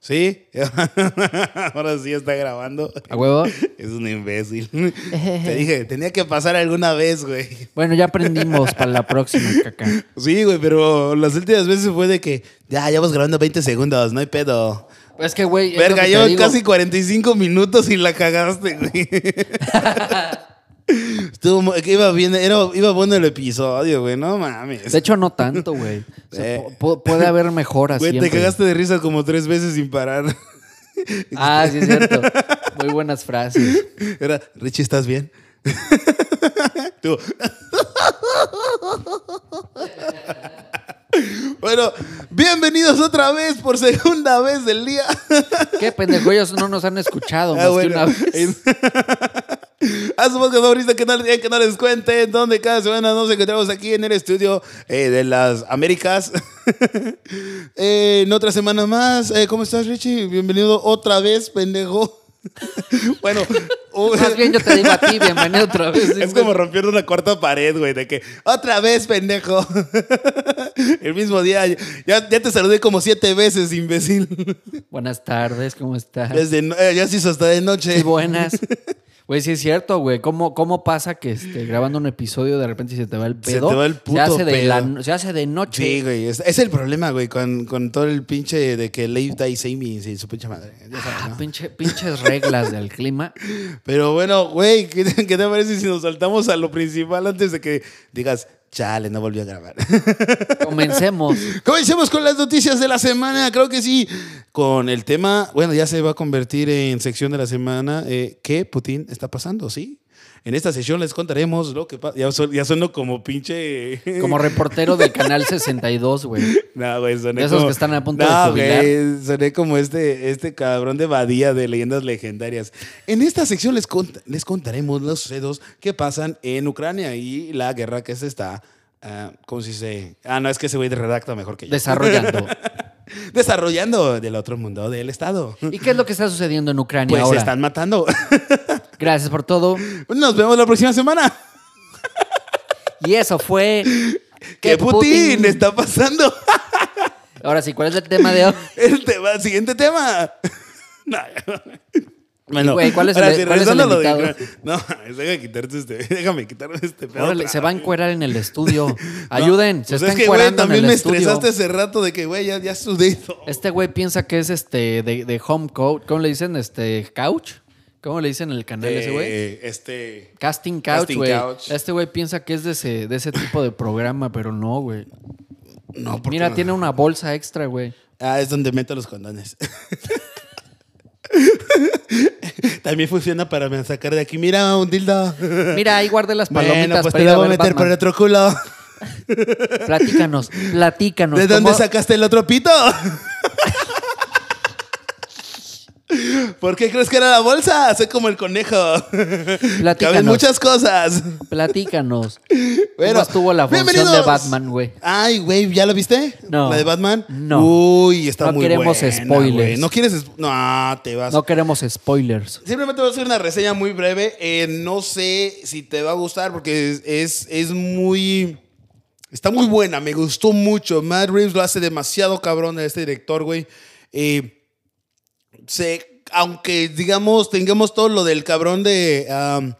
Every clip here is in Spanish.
Sí, ahora sí está grabando. ¿A huevo? Es un imbécil. Te dije, tenía que pasar alguna vez, güey. Bueno, ya aprendimos para la próxima, caca. Sí, güey, pero las últimas veces fue de que ya, ya vas grabando 20 segundos, no hay pedo. Pues Es que, güey. es lo Verga, que te yo digo. casi 45 minutos y la cagaste, güey. Estuvo mu- que iba bien, era- iba bueno el episodio, güey, no mames. De hecho, no tanto, güey. O sea, Eh. pu- pu- puede haber mejoras. Güey, te siempre. cagaste de risa como tres veces sin parar. Ah, sí, es cierto. Muy buenas frases. Era, Richie, ¿estás bien? Tú. bueno, bienvenidos otra vez por segunda vez del día. Qué pendejo, ellos no nos han escuchado más Ah, bueno. que una vez. A su podcast favorito, que no, eh, que no les cuente, donde cada semana nos encontramos aquí en el estudio eh, de las Américas. Eh, en otra semana más. Eh, ¿Cómo estás, Richie? Bienvenido otra vez, pendejo. bueno, eh, u- Más bien yo te digo a ti, bienvenido otra vez. Es como rompiendo una cuarta pared, güey, de que otra vez, pendejo. El mismo día, ya, ya te saludé como siete veces, imbécil. Buenas tardes, ¿cómo estás? Desde, no- eh, ya se hizo hasta de noche. Sí, buenas. Güey, sí es cierto, güey. ¿Cómo, ¿Cómo pasa que este, grabando un episodio de repente se te va el Se pedo? te va el puto hace de la- pedo. se hace de noche. Sí, güey. Es, es el problema, güey, con, con todo el pinche de que Leif y Sammy y su pinche madre. Ya sabes, Ah, ¿no? pinche- pinches reglas del clima. Pero bueno, güey, ¿qué, te- qué te parece si nos saltamos a lo principal antes de que digas, chale, no volvió a grabar? Comencemos. Comencemos con las noticias de la semana, creo que sí. Con el tema, bueno, ya se va a convertir en sección de la semana. eh, ¿Qué Putin está pasando? Sí. En esta sesión les contaremos lo que pasa. Ya, su- ya sueno como pinche. Como reportero del canal 62, güey. No, güey, soné De esos como- que están a punto de No, jubilar. güey, soné como este, este cabrón de Badía de leyendas legendarias. En esta sección les, cont- les contaremos los sucedos que pasan en Ucrania y la guerra que se está. ah, ¿Cómo se dice? Ah, no, es que ese güey redacta mejor que yo. Desarrollando. Desarrollando del otro mundo del Estado. ¿Y qué es lo que está sucediendo en Ucrania Pues se ahora? están matando. Gracias por todo. Nos vemos la próxima semana. Y eso fue. Que ¿Qué Putin, está pasando. Ahora sí, ¿cuál es el tema de hoy? El tema- el siguiente tema. No. Bueno, Güey, ¿cuál es el- ahora sí, cuál es el regresando a lo de- invitado? No, déjame quitarte este, déjame quitarme este pedo. Órale, otra se va a vez. encuerar en el estudio. No, Ayuden, se pues está es que, güey, encuerando también en el me estudio. estresaste hace rato de que, güey, ya, ya sudé. todo. Este güey piensa que es este de, de home coach. ¿Cómo le dicen? Este couch. ¿Cómo le dicen en el canal ese güey? Eh, este. Casting couch, Casting güey. couch. Este güey piensa que es de ese, de ese tipo de programa, pero no, güey. No, porque. Mira, tiene una bolsa extra, güey. Ah, es donde meto los condones. También funciona para sacar de aquí. Mira, un dildo. Mira, ahí guardé las palomitas Bueno, pues para te ir lo a voy a ver meter por Batman. otro culo. Platícanos, platícanos. ¿De dónde ¿Cómo- sacaste el otro pito? ¿Por qué crees que era la bolsa? Soy como el conejo. Caben Platícanos. muchas cosas. Platícanos. Bueno, ¿Cómo estuvo la función de bienvenidos. Batman, güey? Ay, güey, ¿ya la viste? No. ¿La de Batman? No. Uy, está No muy buena. queremos spoilers. güey. No quieres. es- No, te vas. No queremos spoilers. Simplemente voy a hacer una reseña muy breve. Eh, no sé si te va a gustar porque es, es, es muy... Está muy buena, me gustó mucho. Matt Reeves lo hace demasiado cabrón a este director, güey. Eh, se, aunque, digamos, tengamos todo lo del cabrón de... am,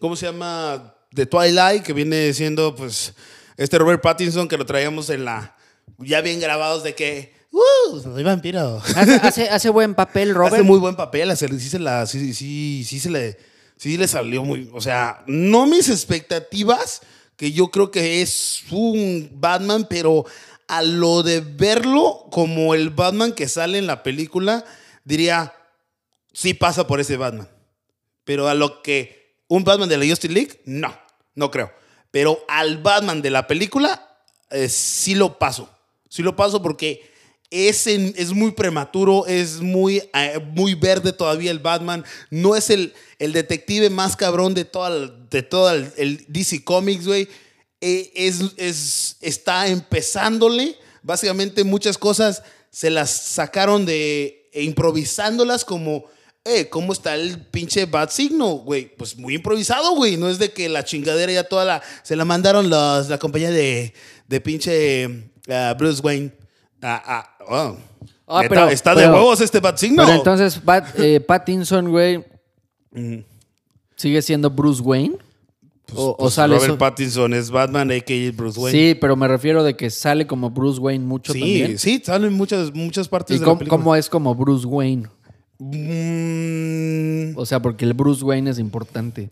¿Cómo se llama? De Twilight, que viene siendo, pues, este Robert Pattinson que lo traíamos en la... Ya bien grabados de que... ¡Uh! Soy vampiro. Hace, hace- hace buen papel, Robert. Hace muy buen papel, hace- sí se la, sí, sí, sí se le, sí le salió muy, o sea, no mis expectativas, que yo creo que es un Batman, pero a lo de verlo como el Batman que sale en la película, diría, sí pasa por ese Batman. Pero a lo que un Batman de la Justice League, no, no creo. Pero al Batman de la película, eh, sí lo paso. Sí lo paso porque es, en- es muy prematuro, es muy, eh, muy verde todavía el Batman. No es el, el detective más cabrón de todo el, de todo el, el DC Comics, güey. Eh, es, es- está empezándole. Básicamente muchas cosas se las sacaron de e improvisándolas como, eh, ¿cómo está el pinche bat signo, güey? Pues muy improvisado, güey. No es de que la chingadera ya toda la... Se la mandaron los, la compañía de, de pinche eh, Bruce Wayne. Ah, ah, oh. Ah, Neta, pero- está de pero- huevos este Batsignal. Pero entonces, Pat- eh, Pattinson, güey, ¿sigue siendo Bruce Wayne? o, o Mm. Pues sale Robert eso- Pattinson es Batman, a.k.a. Bruce Wayne. Sí, pero me refiero de que sale como Bruce Wayne mucho sí, también. sí, salen muchas, muchas partes de ¿Y la cómo, película. cómo es como Bruce Wayne? Mm, O sea, porque el Bruce Wayne es importante.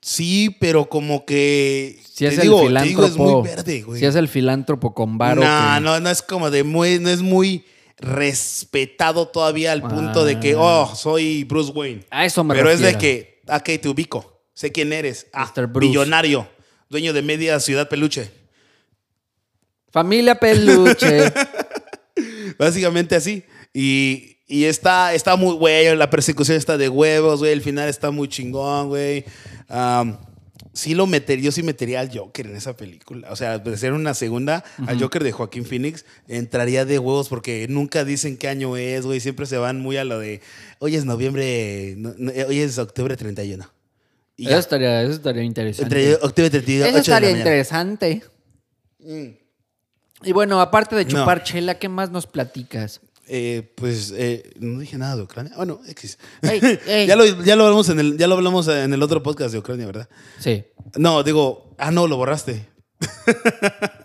sí, pero como que. Si es te el digo, te digo, filántropo. es muy verde, güey. Si es el filántropo con varo. no, que- no, no es como de muy. No es muy respetado todavía al punto de que, Ah. oh, soy Bruce Wayne. A eso me Pero es de refiero. que, ah, que te ubico. Sé quién eres. Ah, Mr. Bruce. billonario. Dueño de media ciudad peluche. Familia Peluche. Básicamente así. Y, y está, está muy, güey, la persecución está de huevos, güey. El final está muy chingón, güey. Am, sí lo metería, yo sí metería al Joker en esa película. O sea, de ser una segunda, al Joker de Joaquín Phoenix, entraría de huevos porque nunca dicen qué año es, güey. Siempre se van muy a lo de, hoy es noviembre, no- no, eh, hoy es octubre 31. Y eso, ya. estaría, eso estaría interesante. Entre octubre 31. ocho de eso la estaría mañana. interesante. Mm. Y bueno, aparte de No. chupar chela, ¿qué más nos platicas? Eh, pues eh, no dije nada de Ucrania. Bueno, X. Ey, ey. ya, lo, ya lo hablamos en el, ya lo hablamos en el otro podcast de Ucrania, ¿verdad? Sí. No, digo, ah, no, lo borraste.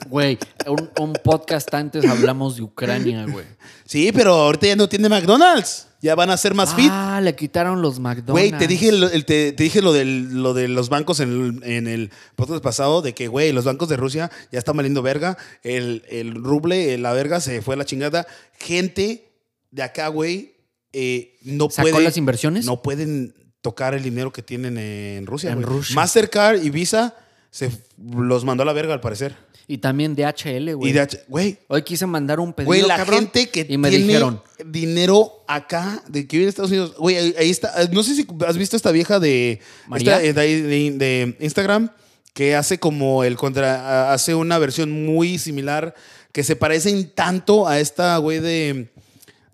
Güey, un, un podcast antes hablamos de Ucrania, güey. Sí, pero ahorita ya no tiene McDonald's. Ya van a ser más fit. Ah, le quitaron los McDonald's. Güey, te dije, lo- el- te, te dije lo, del, lo de los bancos en el, en el podcast pasado, de que, güey, los bancos de Rusia ya están valiendo verga. El, el ruble, eh, la verga, se fue a la chingada. Gente de acá, güey, eh, no ¿Sacó puede- las inversiones? No pueden tocar el dinero que tienen en Rusia. En güey. Rusia. Mastercard y Visa se f- los mandó a la verga, al parecer. Y también DHL, güey. Y de H- güey, Hoy quise mandar un pedido, Güey, la cabrón, gente que y me tiene dijeron, dinero acá, de que viene de Estados Unidos. Güey, ahí, ahí está. No sé si has visto esta vieja de, María. esta- de, de- de Instagram que hace como el contra. Hace una versión muy similar que se parecen tanto a esta güey de.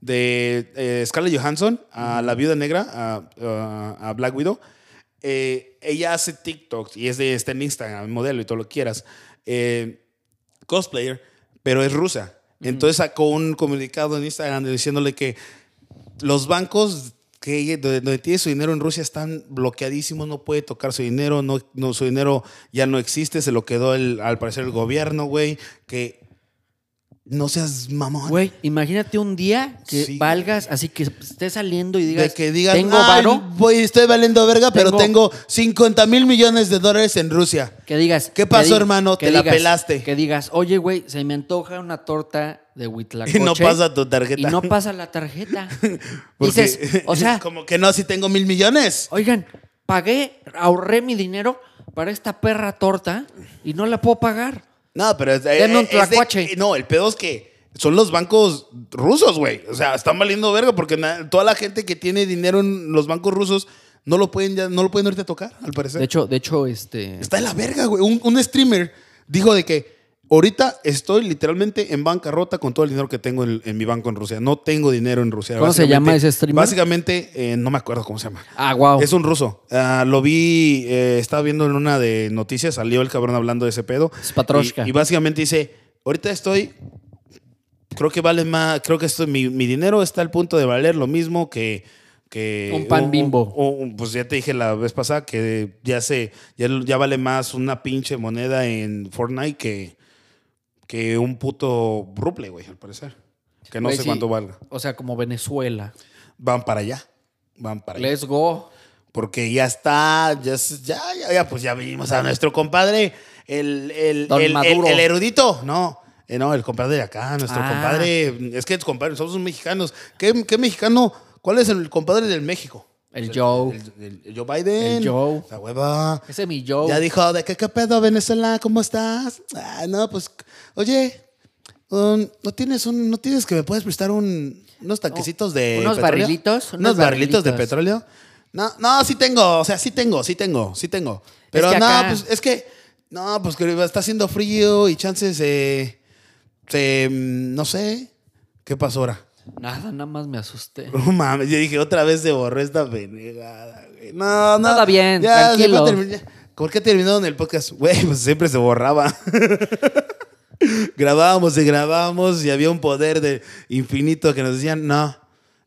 De eh, Scarlett Johansson a la viuda negra, a, a- a Black Widow. Eh, ella hace TikToks y es de, está en Instagram, modelo y todo lo que quieras. Eh, cosplayer, pero es rusa. Entonces sacó un comunicado en Instagram diciéndole que los bancos que donde, donde tiene su dinero en Rusia están bloqueadísimos, no puede tocar su dinero, no, no su dinero ya no existe, se lo quedó el, al parecer el gobierno, güey, que no seas mamón. güey, imagínate un día que Sí. valgas, así que estés saliendo y digas, de que digan, tengo "Ay, varo, voy, estoy valiendo verga, pero Tengo- tengo 50 mil millones de dólares en Rusia. que digas. ¿Qué que pasó, diga- hermano? que Te la digas- pelaste. Que digas, oye, güey, se me antoja una torta de Huitlacoche. Y no pasa tu tarjeta. Y no pasa la tarjeta. Porque- Dices, o sea, como que no, si tengo mil millones. oigan, pagué, ahorré mi dinero para esta perra torta y no la puedo pagar. No, pero es, eh, Denme un es de- tlacuache. eh, no, el pedo es que son los bancos rusos, güey. O sea, están valiendo verga porque na- toda la gente que tiene dinero en los bancos rusos no lo pueden ya, no lo pueden ahorita tocar, al parecer. De hecho, de hecho, este... Está de la verga, güey. Un, un streamer dijo de que ahorita estoy literalmente en bancarrota con todo el dinero que tengo en, en mi banco en Rusia. No tengo dinero en Rusia. ¿Cómo se Básicamente- llama ese streamer? Básicamente, eh, no me acuerdo cómo se llama. Ah, wow. Es un ruso. Ah, lo vi, eh, estaba viendo en una de noticias, salió el cabrón hablando de ese pedo. Es Patroshka. Y, y básicamente dice, ahorita estoy, creo que vale más, creo que esto, mi, mi dinero está al punto de valer lo mismo que... que Un pan Bimbo. o- o- pues ya te dije la vez pasada que ya se, ya, ya vale más una pinche moneda en Fortnite que, que un puto ruble, güey, al parecer. Que no Güey, sé sí. cuánto valga. O sea, como Venezuela. Van para allá. Van para allá. Let's go. Porque ya está, ya, se- ya, ya, ya, pues ya vimos a nuestro compadre, el, el, Don el- el- Maduro. el erudito, no. eh, no, el compadre de acá, nuestro Ah. compadre. Es que compadre, somos mexicanos. ¿Qué, qué mexicano? ¿Cuál es el compadre del México? El Joe. El, el- el Joe Biden. El Joe. La hueva. Ese mi Joe. Ya dijo, ¿de qué, qué pedo, Venezuela? ¿Cómo estás? Ah, no, pues, oye, um, ¿no, tienes un, ¿no tienes que me puedes prestar un, unos tanquecitos de Unos petróleo? barrilitos, ¿Unos, unos barrilitos de barrilitos. petróleo? No, no, sí tengo, o sea, sí tengo, sí tengo, sí tengo. Pero que no, acá- pues, es que, no, pues que está haciendo frío y chances, eh, se, mm, no sé, ¿qué pasó ahora? Nada, nada más me asusté. No mames, yo dije otra vez se borró esta penegada, güey. No, no. Todo bien, ya, tranquilo. ¿por qué termin- ya? ¿Por qué terminaron el podcast? Güey, pues siempre se borraba. grabábamos y grabábamos y había un poder de infinito que nos decían, no,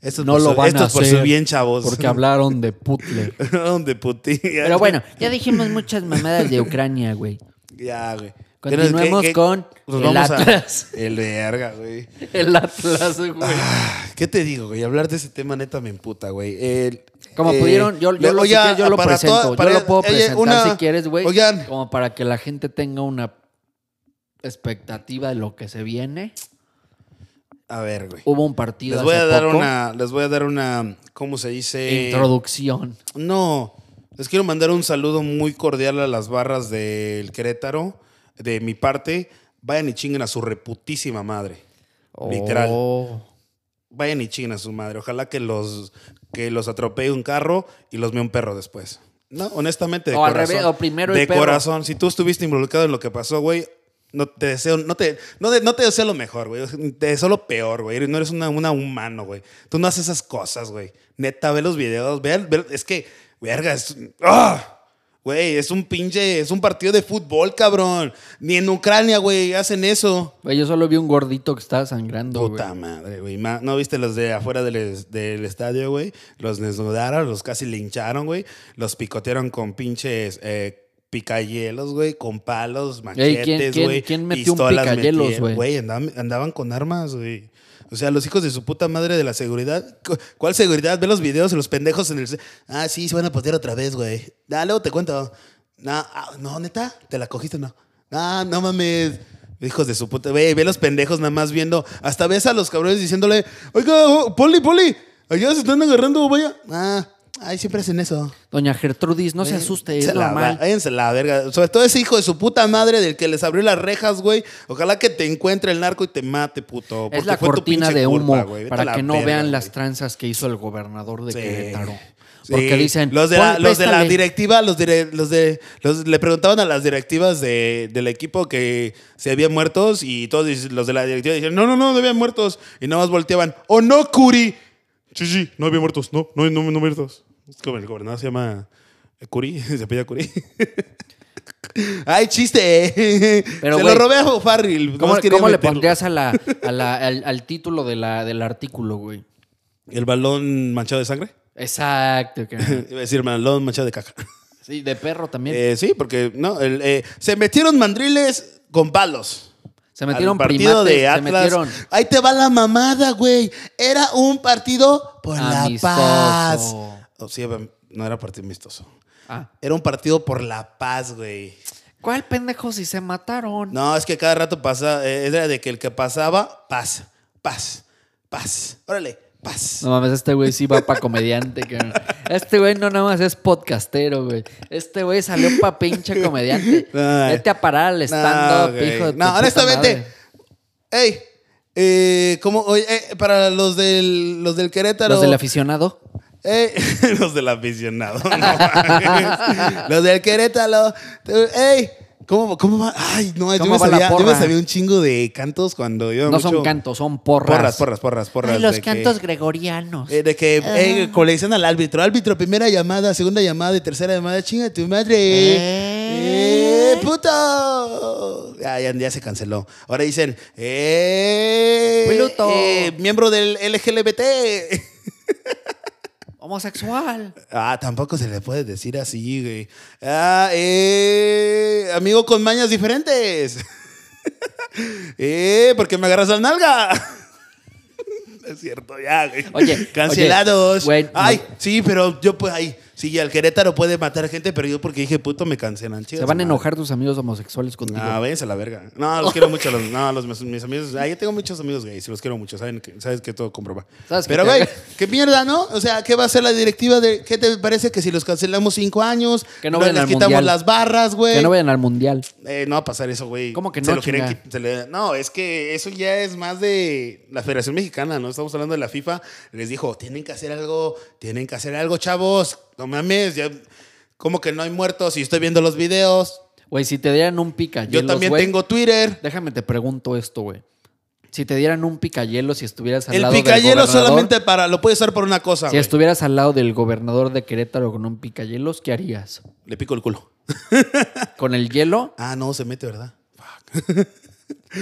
esto es No por, lo su, van esto a es por hacer su bien, chavos. Porque hablaron de Putler. Hablaron de putín. Pero bueno, ya dijimos muchas mamadas de Ucrania, güey. Ya, güey. Continuemos con el Pues a- Atlas. el verga, güey. El Atlas, güey. ¿Qué te digo, güey? Hablar de ese tema neta me emputa, güey. El- Como eh, pudieron, yo, yo le- lo, si oiga, quieres, yo lo para presento. toda- yo para- lo puedo oye, presentar una- si quieres, güey. Oigan, Como para que la gente tenga una expectativa de lo que se viene. a ver, güey. Hubo un partido Les voy hace a dar poco. una, eh, les voy a dar una, ¿cómo se dice? Introducción. No, les quiero mandar un saludo muy cordial a las barras del Querétaro, de mi parte. Vayan y chinguen a su reputísima madre. Literal. Oh. Vayan y chinguen a su madre. Ojalá que los, que los atropelle un carro y los vea un perro después. No, honestamente, de O al corazón. revés, o primero el de perro. corazón. Si tú estuviste involucrado en lo que pasó, güey, no te deseo, no te, no, de- no te deseo lo mejor, güey. Te deseo lo peor, güey. No eres una, una humano, güey. Tú no haces esas cosas, güey. Neta, ve los videos, ve, ve- es que, verga, es. ¡Ah! Güey, es un pinche, es un partido de fútbol, cabrón. Ni en Ucrania, güey, hacen eso. Güey, yo solo vi un gordito que estaba sangrando, güey. Puta madre, güey. Ma- ¿No viste los de afuera del, es- del estadio, güey? Los desnudaron, los casi lincharon, güey. Los picotearon con pinches eh, picayelos, güey. Con palos, Ey, ¿quién- machetes, quién- güey. quién metió un pistolas picayelos, metieron. güey? Güey, andaban, andaban con armas, güey. O sea, los hijos de su puta madre de la seguridad. ¿Cu- ¿Cuál seguridad? Ve los videos de los pendejos en el... ce- Ah, sí, se van a postear otra vez, güey. Ah, luego te cuento. Nah, ah, no, neta, te la cogiste, no. Ah, no mames. Hijos de su puta. Güey, ve los pendejos nada más viendo. Hasta ves a los cabrones diciéndole, oiga, oh, poli, poli, allá se están agarrando, vaya. Ah, ay, siempre hacen eso. Doña Gertrudis, no se Güey, asuste, es se la va- normal. váyanse a la verga. Sobre todo ese hijo de su puta madre del que les abrió las rejas, güey. Ojalá que te encuentre el narco y te mate, puto. es porque la fue tu cortina pinche de humo culpa, güey. Vete a para la que no verga, vean güey. las tranzas que hizo el gobernador de Sí. Querétaro. Sí. Porque dicen. Los de, la, "Pon- los de la préstale". directiva, los, dire- los de. Los, le preguntaban a las directivas de- del equipo que se habían muertos y todos dic- los de la directiva dijeron: No, no, no, no habían muertos. Y nada más volteaban: ¡Oh, no, Curi! Sí, sí, no había muertos. No, no, no, no muertos. Es como el gobernador se llama Curi, se apellida Curi. ¡Ay, chiste! Pero, se güey, lo robé a Farril. ¿Cómo, cómo le pondrías a la, a la- al, al título de la, del artículo, güey? ¿El balón manchado de sangre? Exacto. que- Iba a decir balón manchado de caca. Sí, de perro también. Eh, sí, porque no, el, eh, se metieron mandriles con palos. se metieron al partido primates, de se Atlas. metieron. Ahí te va la mamada, güey. Era un partido por Amistoso. la paz. O sea, no era partido amistoso. Ah, Era un partido por la paz, güey. ¿Cuál pendejo si se mataron? No, es que cada rato pasa, eh, era de que el que pasaba, paz, paz, paz. Órale, paz. No mames, este güey sí va para comediante. cabrón. Este güey no nada más es podcastero, güey. Este güey salió para pinche comediante. Ay. Vete a parar al stand-up, güey. hijo de tu No, puta honestamente. madre. Ey, eh, como, oye, eh, para los del, los del Querétaro. Los del aficionado. Ey, los del aficionado. no mames. los del Querétaro. Ey, ¿cómo, cómo va? Ay, no, yo ¿Cómo me, va la sabía, yo me porra? sabía un chingo de cantos cuando yo. No son cantos, son porras. Porras, porras, porras, porras. de que- gregorianos. eh, de que eh, como le dicen al árbitro, árbitro, primera llamada, segunda llamada y tercera llamada, chinga tu madre. Eh. Eh, puto. Ya, ya, ya se canceló. Ahora dicen, eh, Pluto. eh, miembro del LGLBT. Homosexual. Ah, tampoco se le puede decir así, güey. Ah, eh, amigo con mañas diferentes. eh, porque me agarras al nalga. es cierto, ya, güey. Oye, oye, cancelados. güey, Ay, no. sí, pero yo pues ahí, sí, al Querétaro puede matar gente, pero yo porque dije, puto, me cancelan. Se van a enojar tus amigos homosexuales contigo. No, Ah, váyanse a la verga. No, los quiero mucho. Los, no, los, mis, mis amigos. Ah, yo tengo muchos amigos gays y los quiero mucho. Saben que, sabes que todo comproba. Sabes que Pero, te- güey, qué mierda, ¿no? O sea, ¿qué va a hacer la directiva de. ¿Qué te parece que si los cancelamos cinco años? Que no vayan les al quitamos mundial. las barras, güey. que no vayan al mundial. Eh, no va a pasar eso, güey. ¿Cómo que Se no, lo quieren chinga? qui- se le- No, es que eso ya es más de la Federación Mexicana, ¿no? Estamos hablando de la FIFA. Les dijo, tienen que hacer algo, tienen que hacer algo, chavos. No mames, ya. ¿Cómo que no hay muertos? Y estoy viendo los videos. Güey, si te dieran un picayelos, Yo también güey, tengo Twitter. Déjame te pregunto esto, güey. Si te dieran un picayelo si estuvieras al El lado del picayelo gobernador, solamente para. Lo puedes usar por una cosa. Si güey. estuvieras al lado del gobernador de Querétaro con un picayelos, ¿qué harías? Le pico el culo. ¿Con el hielo? Ah, no, se mete, ¿verdad? Fuck.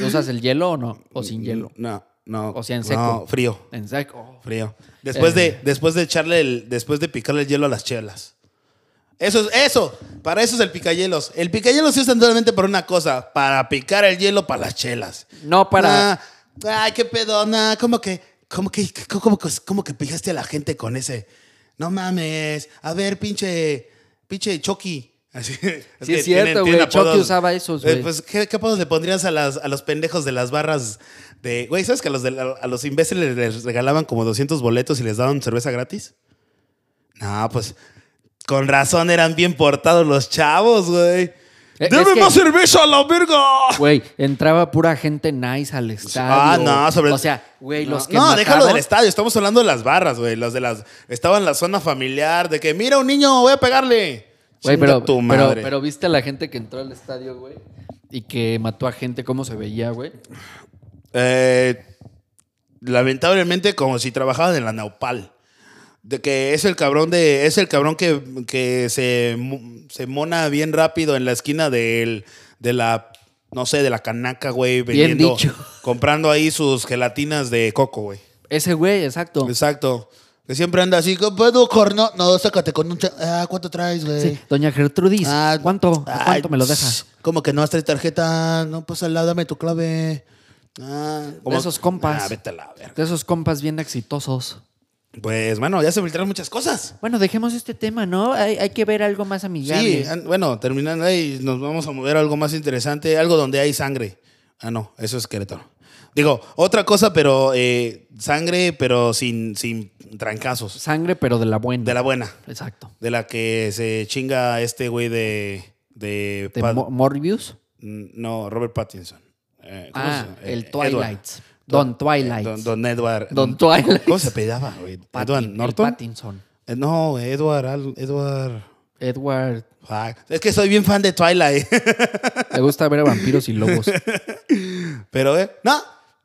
¿Usas el hielo o no? ¿O sin hielo? No, Mm, no. O sea, en seco. No, frío. En seco. Frío. Después, Eh. de, después de echarle el, después de picarle el hielo a las chelas. Eso es, eso, para eso es el picayelos. El picayelos se usa solamente para una cosa, para picar el hielo para las chelas. No para. Nah, ay, qué pedo, nah, ¿cómo que, cómo que, cómo, cómo que- cómo que pijaste a la gente con ese? No mames, a ver, pinche, pinche Chucky. Así, es es cierto, güey, Chucky apodos. usaba esos, Eh, güey. pues, ¿qué, qué apodos le pondrías a, las, a los pendejos de las barras de. Güey, ¿sabes que a los, de la- a los imbéciles les regalaban como 200 boletos y les daban cerveza gratis? No, pues. Con razón eran bien portados los chavos, güey. Eh, ¡Deme es que- más cerveza a la verga! Güey, entraba pura gente nice al estadio. Ah, no, sobre O sea, güey, No, los que. No, déjalo del mataron- estadio. Estamos hablando de las barras, güey. Las de las. Estaba en la zona familiar de que, mira, un niño, voy a pegarle. Güey, Chinga pero, tu pero, madre. pero viste a la gente que entró al estadio, güey. Y que mató a gente, ¿cómo se veía, güey? Eh, lamentablemente, como si trabajaban en la Naupal. De que es el cabrón de. Es el cabrón que, que se, mo- se mona bien rápido en la esquina del, de la. No sé, de la canaca, güey. Bien vendiendo- dicho. Comprando ahí sus gelatinas de coco, güey. Ese güey, exacto. Exacto. Que siempre anda así, ¿qué pedo, corno? No, sácate con un... cha- Ah, ¿cuánto traes, güey? Sí, Doña Gertrudis, Ah, ¿cuánto? ¿A ay, ¿Cuánto me lo tss, dejas? Como que no has traído tarjeta, no pasa nada, dame tu clave. Ah, como- esos compas. Ah, vete a la verga. De esos compas bien exitosos. Pues, bueno, ya se filtraron muchas cosas. Bueno, dejemos este tema, ¿no? Hay, hay que ver algo más amigable. Sí, an- bueno, terminando ahí, nos vamos a mover a algo más interesante, algo donde hay sangre. Ah, no, eso es Querétaro. Digo, otra cosa, pero eh, sangre, pero sin, sin trancazos. Sangre, pero de la buena. De la buena. Exacto. De la que se chinga este güey de... De, De Pat- Mo- Morbius. No, Robert Pattinson. Eh, ¿cómo Ah, se- eh, el Edward. Eh, Twilight. Don Twilight. Don, don Edward. Don Twilight. ¿Cómo se apellidaba, güey? Patti- Edward el Norton. Pattinson. Eh, No, Edward. al- Edward. Edward. Fuck. Es que soy bien fan de Twilight. Le gusta ver a vampiros y lobos. Pero, eh, no.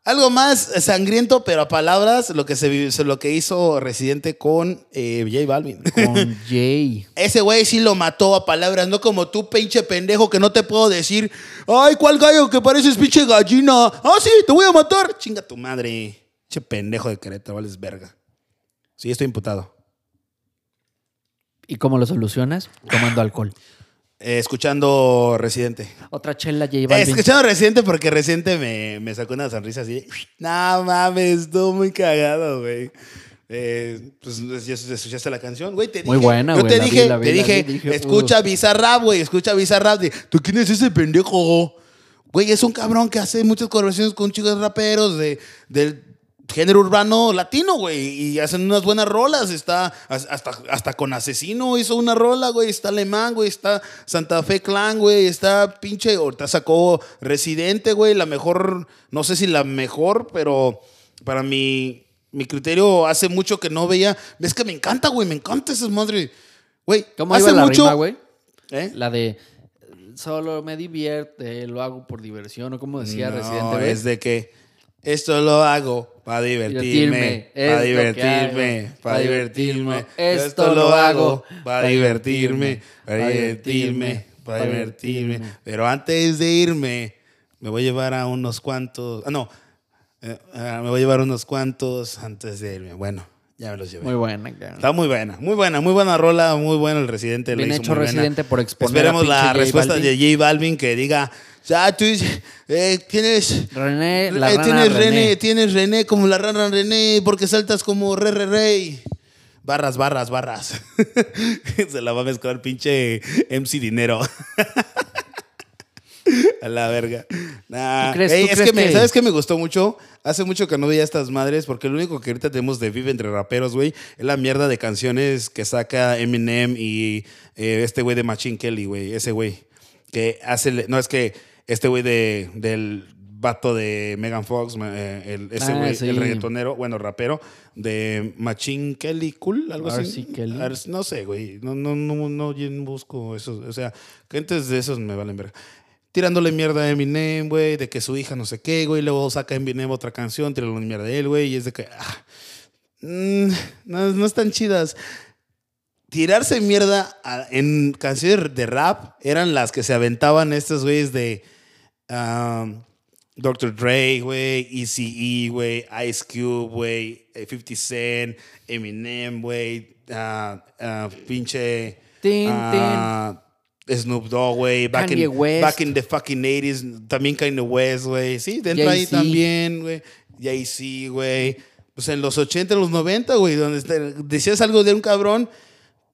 Algo más sangriento, pero a palabras, lo que, se, vi- se- lo que hizo Residente con eh, J Balvin. Con Jay. Ese güey sí lo mató a palabras, no como tú, pinche pendejo, que no te puedo decir, ay, ¿cuál gallo que pareces pinche gallina? Ah, sí, te voy a matar. Chinga tu madre. Pinche pendejo de Querétaro, vales verga. Sí, estoy imputado. ¿Y cómo lo solucionas? Tomando alcohol. Eh, escuchando Residente. Otra chela J Eh, Balvin. escuchando Residente porque Residente me, me sacó una sonrisa así. de, No mames, estuvo muy cagado, güey. Eh, pues ya escuchaste la canción, güey. Te Muy dije, buena, Yo güey, te la vi, dije, la vi, te la vi, dije, dije, escucha Bizarrap, güey, escucha Bizarrap. de, ¿Tú quién es ese pendejo? Güey, es un cabrón que hace muchas colaboraciones con chicos raperos de, del género urbano latino, güey. Y hacen unas buenas rolas. Está has- hasta, hasta con Asesino hizo una rola, güey. Está Alemán, güey. Está Santa Fe Clan, güey. Está pinche. Ahorita sacó Residente, güey. La mejor, no sé si la mejor, pero para mi, mi criterio hace mucho que no veía. Es que me encanta, güey. Me encanta esas madres. Güey, ¿Cómo hace iba la mucho. rima, güey? ¿Eh? La de solo me divierte, lo hago por diversión, o como decía No, Residente, güey. es de que esto lo hago para divertirme, Divertirme, es para lo que divertirme, hago, para pa' divertirme. divertirme. Esto lo hago para divertirme, para divertirme, divertirme, para pa' divertirme. divertirme. Pero antes de irme, me voy a llevar a unos cuantos. Ah, no, eh, ah, me voy a llevar unos cuantos antes de irme. Bueno, ya me los llevé. Muy buena, cara. Está muy buena, muy buena, muy buena rola, muy bueno el residente. la Bien hizo hecho muy buena. Residente por exponer Esperemos a pinche la J respuesta Balvin. de J Balvin que diga, ya tú eh, tienes, René, la eh, rana tienes René. tienes René como la rana René, porque saltas como re re rey. Barras, barras, barras. Se la va a mezclar pinche MC Dinero. a la verga. Nah. ¿Tú crees- Ey, tú es crees que, me- que- ¿sabes qué me gustó mucho? Hace mucho que no veía estas madres, porque lo único que ahorita tenemos de vive entre raperos, güey, es la mierda de canciones que saca Eminem y eh, este güey de Machine Kelly, güey, ese güey. Que hace. le- No, es que este güey de, del vato de Megan Fox, ma- eh, el, ese Ah, güey, sí. el reggaetonero, bueno, rapero, de Machine Kelly Cool, algo así. R.C. Kelly. R- no sé, güey. No, no, no, no yo no busco eso. O sea, gentes de esos me valen verga. Tirándole mierda a Eminem, güey, de que su hija no sé qué, güey. Luego saca Eminem otra canción, tirándole mierda a él, güey. Y es de que. ah, mm, no, no están chidas. Tirarse mierda a- en canciones de rap eran las que se aventaban estos güeyes de. ah, Dr. Dre, güey, Eazy-E, güey, Ice Cube, güey, eh, 50 Cent, Eminem, güey, ah, ah, pinche Tin, ah, Snoop Dogg, güey, back, Kanye in- West. back in the fucking 80s, también Kanye West, güey, sí, dentro ahí Jay-Z. también, güey, Jay-Z, güey, pues en los 80, en los 90, güey, donde te- decías algo de un cabrón,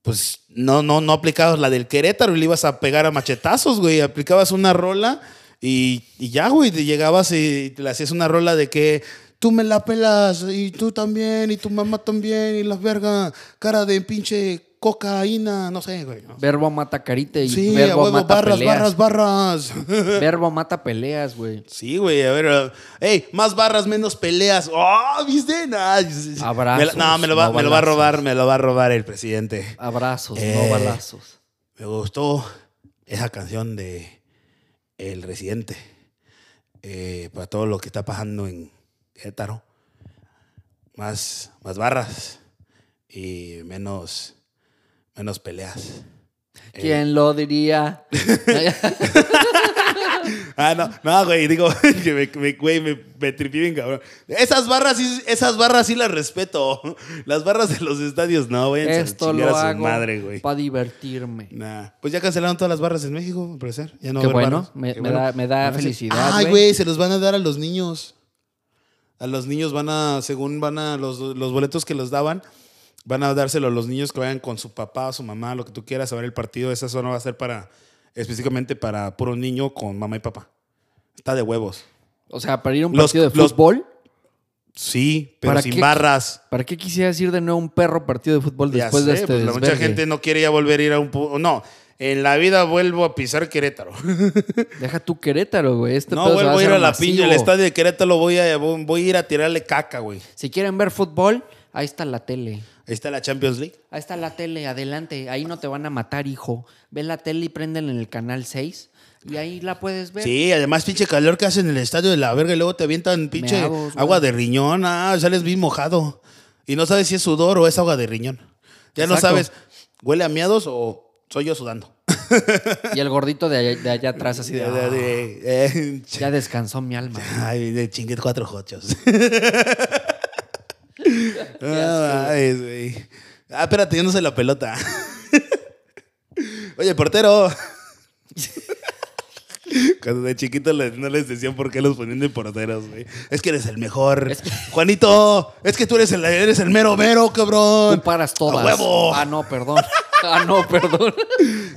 pues no, no, no aplicabas la del Querétaro y le ibas a pegar a machetazos, güey. Aplicabas una rola y, y ya, güey, te llegabas y te le hacías una rola de que tú me la pelas y tú también y tu mamá también y las vergas, cara de pinche cocaína, no sé, güey. ¿no? Verbo mata carita y Sí, a verbo huevo, mata barras, barras, peleas. barras, Verbo mata peleas, güey. Sí, güey, a ver, eh, hey, más barras, menos peleas. ¡Oh, viste! Nah, me la- no, me lo va, no me lo va a balazos. robar, me lo va a robar el presidente. Abrazos, Eh. no balazos. Me gustó esa canción de El Residente. eh, para todo lo que está pasando en Querétaro. Más, más barras y menos, menos peleas. Eh, ¿Quién lo diría? Ah, no, no, güey, digo, que me, me- güey, me, me tripié bien, cabrón. Esas barras, sí- esas barras sí las respeto. Las barras de los estadios, no, güey. Esto lo a su hago madre, güey. para divertirme. Nah. Pues ya cancelaron todas las barras en México, al parecer. Ya no va Qué a haber bueno, barras. me- Qué me da- me da Me parece- felicidad, Ay, güey. güey, se los van a dar a los niños. A los niños van a, según van a, los, los boletos que los daban, van a dárselo a los niños que vayan con su papá o su mamá, lo que tú quieras, a ver el partido. Esa zona va a ser para, específicamente para puro niño con mamá y papá. Está de huevos. O sea, para ir a un Los- partido de los- fútbol. Sí, pero ¿Para sin qué? barras. ¿Para qué quisieras ir de nuevo a un perro partido de fútbol Ya después de sé, este pues, la- mucha desvergue? gente no quiere ya volver a ir a un... pu- No, en la vida vuelvo a pisar Querétaro. Deja tu Querétaro, güey. Este no, pedo se vuelvo va a ir hacer a la masivo. pinche. El estadio de Querétaro voy a, voy a ir a tirarle caca, güey. Si quieren ver fútbol, ahí está la tele. Ahí está la Champions League. Ahí está la tele, adelante. Ahí no te van a matar, hijo. Ve la tele y prenden en el canal 6 y ahí la puedes ver. Sí, además pinche calor que hace en el estadio de la verga y luego te avientan pinche Meados, güey. agua de riñón. Ah, sales bien mojado. Y no sabes si es sudor o es agua de riñón. Ya no Exacto. sabes, ¿huele a miados o soy yo sudando? Y el gordito de allá, de allá atrás así de... De- "Ah, de- eh, ya descansó mi alma. Ay, de chingue cuatro jochos. Qué asco, Ah, ay, güey. Ah, espérate, yo no sé la pelota. Oye, portero. Cuando de chiquito les- no les decían por qué los ponían de porteros, güey. Es que eres el mejor. Es que- Juanito, es que tú eres el, eres el mero mero, cabrón. Tú paras todas. ¡A huevo! Ah, no, perdón. Ah, no, perdón.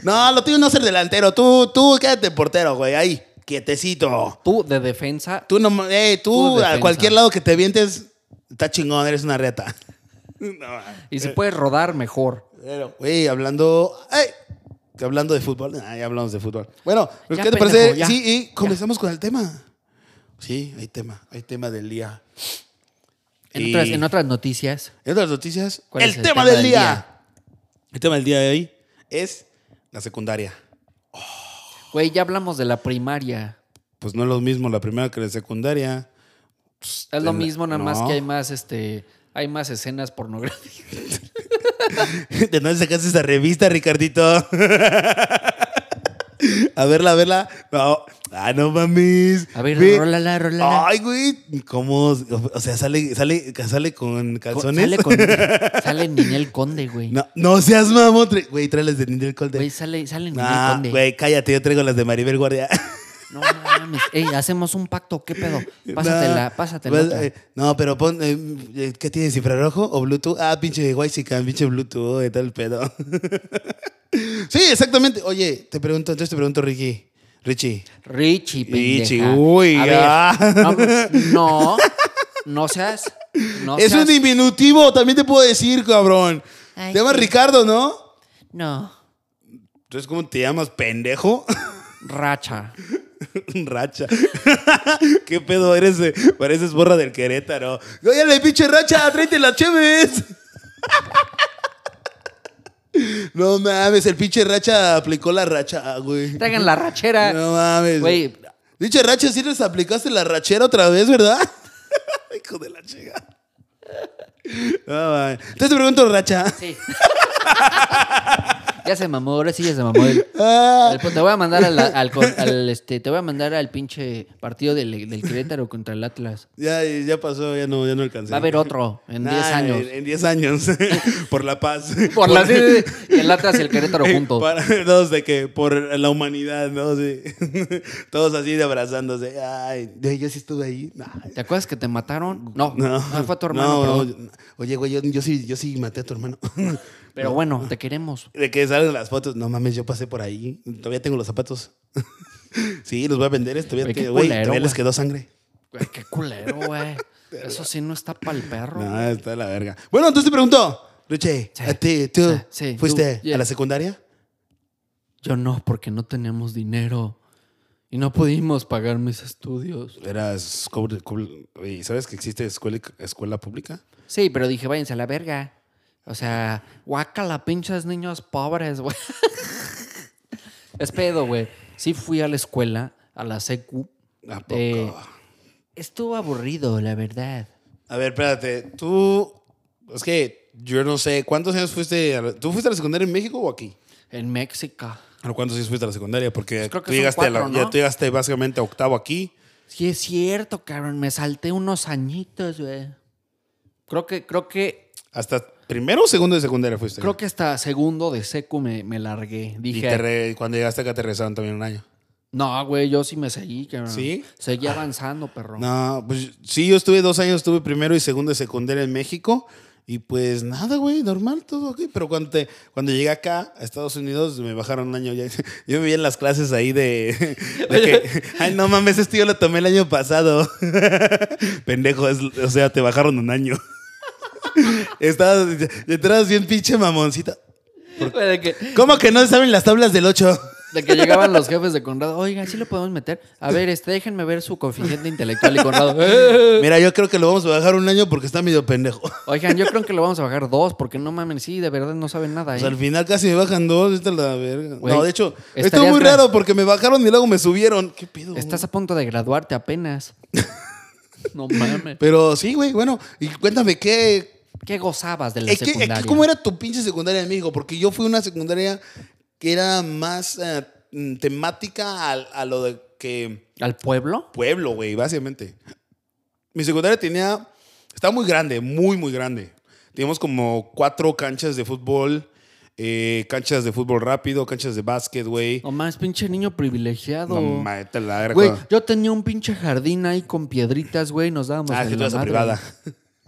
No, lo tuyo no es ser delantero. Tú, tú, quédate portero, güey. Ahí, quietecito. Tú de defensa. Tú, no, eh, Tú tú a defensa. cualquier lado que te vientes, está chingón, eres una reta. Y Eh. si puedes rodar, mejor. Pero, güey, hablando. ¡Ay! Que Hablando de fútbol. Ah, ya hablamos de fútbol. Bueno, pues, Ya, ¿qué te pendejo, parece? ya. sí, y comenzamos con el tema. Sí, hay tema. Hay tema del día. En, Y- otras, en otras noticias. en otras noticias, el, ¿Cuál es tema, del, día. El tema del día de hoy es la secundaria. Güey, ya hablamos de la primaria. Pues no es lo mismo la primera que la secundaria. Pues, Es lo En- mismo, nada más no. que hay más, este, hay más escenas pornográficas. ¿De dónde sacaste esa revista, Ricardito? a verla, a verla. No. Ah, no mames. A ver, Ve. rólala, rólala. Ay, güey. ¿Cómo? O sea, sale, sale, sale con calzones. Sale, con, sale Ninel Conde, güey. No, no seas mamón. tra- Güey, trae las de Ninel Güey, Conde. sale, sale Ninel Ah, Conde. güey, cállate, yo traigo las de Maribel Guardia. No mames. Ey, hacemos un pacto, ¿qué pedo? Pásatela, No, pásatela. vas- otra. eh, No, pero pon. eh, eh, ¿Qué tiene? ¿Infrarrojo o Bluetooth? Ah, pinche Waisican, pinche Bluetooth y tal pedo. sí, exactamente. Oye, te pregunto, entonces te pregunto, Ricky. Richie. Richie, pendeja. Richie, uy, A ah. ver, no, no, no seas. No es un seas- diminutivo, también te puedo decir, cabrón. Ay, te llamas sí. Ricardo, ¿no? No, Entonces, ¿cómo te llamas, pendejo? racha. Racha. ¿Qué pedo eres? eh? Pareces borra del Querétaro. Óyale, pinche Racha, tráete las chéves. No mames, el pinche Racha aplicó la racha, güey. Traigan la rachera. No mames. Güey, Pinche Racha, sí les aplicaste la rachera otra vez, ¿verdad? Hijo de la chica. No mames. Entonces te pregunto, Racha. sí. Ya se mamó, ahora sí ya se mamó. él. Ah, Al- Te voy a mandar a la- al, con- al, este, te voy a mandar al pinche partido del, del Querétaro contra el Atlas. ya, ya pasó, ya no, ya no alcancé. Va a haber otro en Nah, 10 años. en- En 10 años. por la paz. Por las y el Atlas y el Querétaro Eh, juntos. para- todos de que por la humanidad, ¿no? Sí. todos así de abrazándose. Ay, de- yo sí estuve ahí. Nah. ¿Te acuerdas que te mataron? No, no, Ah, fue a tu No, hermano, no, perdón. yo- oye, güey, yo, yo sí, yo sí maté a tu hermano. Pero bueno, te queremos. de que salen las fotos. No mames, yo pasé por ahí. Todavía tengo los zapatos. sí, los voy a vender. Todavía, Güey, te- qué güey, culero, todavía les güey. quedó sangre. Güey, qué culero, güey. Eso sí no está para el perro. No, está de la verga. Bueno, entonces te pregunto, Riche, Sí. a ti, tú, Sí, sí, ¿fuiste tú, yeah. a la secundaria? Yo no, porque no tenemos dinero. Y no pudimos pagar mis estudios. Eras cobre- cobre- oye, ¿Sabes que existe escuela, escuela pública? Sí, pero dije, váyanse a la verga. O sea, guácala, pinches niños pobres, güey. es pedo, güey. Sí fui a la escuela, a la secu. ¿A poco? Eh, Estuvo aburrido, la verdad. A ver, espérate. Tú, es que yo no sé, ¿cuántos años fuiste? a la- ¿Tú fuiste a la secundaria en México o aquí? En México. Bueno, ¿Cuántos años fuiste a la secundaria? Porque Pues creo que tú, son llegaste a la- cuatro, ¿no? ya tú llegaste básicamente a octavo aquí. Sí, es cierto, cabrón. Me salté unos añitos, güey. Creo que, creo que, ¿Hasta primero o segundo de secundaria fuiste? creo que hasta segundo de secu me, me largué. Y te Dije, re- cuando llegaste acá te regresaron también un año. no, güey, yo sí me seguí, cabrón. ¿Sí? Seguí avanzando, perro. No, pues sí, yo estuve dos años, estuve primero y segundo de secundaria en México. Y pues nada, güey, normal, todo ok. Pero cuando, te, cuando llegué acá, a Estados Unidos, me bajaron un año. Ya, yo vivía en las clases ahí de, de que, ay, no mames, esto yo lo tomé el año pasado. Pendejo, es- o sea, te bajaron un año. Estabas, detrás bien pinche mamoncita. Güey, de que- ¿Cómo que no saben las tablas del 8? De que llegaban los jefes de Conrado, oiga, ¿sí lo podemos meter? A ver, este, déjenme ver su coeficiente intelectual y Conrado. "Eh". Mira, yo creo que lo vamos a bajar un año porque está medio pendejo. Oigan, yo creo que lo vamos a bajar dos, porque no mamen, sí, de verdad no saben nada. O ¿eh?". sea, al final casi me bajan dos, esta es la verga. Güey, no, de hecho, esto es estarías muy gra- raro porque me bajaron y luego me subieron. ¿Qué pedo? Estás a punto de graduarte apenas. No mames. Pero sí, güey, bueno, y cuéntame qué. ¿Qué gozabas de la eh, qué- eh, secundaria? ¿Cómo era tu pinche secundaria en México? Porque yo fui a una secundaria que era más eh, mm, temática al- a, lo de que ¿Al pueblo? pueblo, güey, básicamente. Mi secundaria tenía. Estaba muy grande, muy, muy grande. Teníamos como cuatro canchas de fútbol, eh, canchas de fútbol rápido, canchas de básquet, güey. No más, pinche niño privilegiado. No, mames, te la verga. Güey, yo tenía un pinche jardín ahí con piedritas, güey, nos dábamos Ah, en es que tú la eres a madre. privada.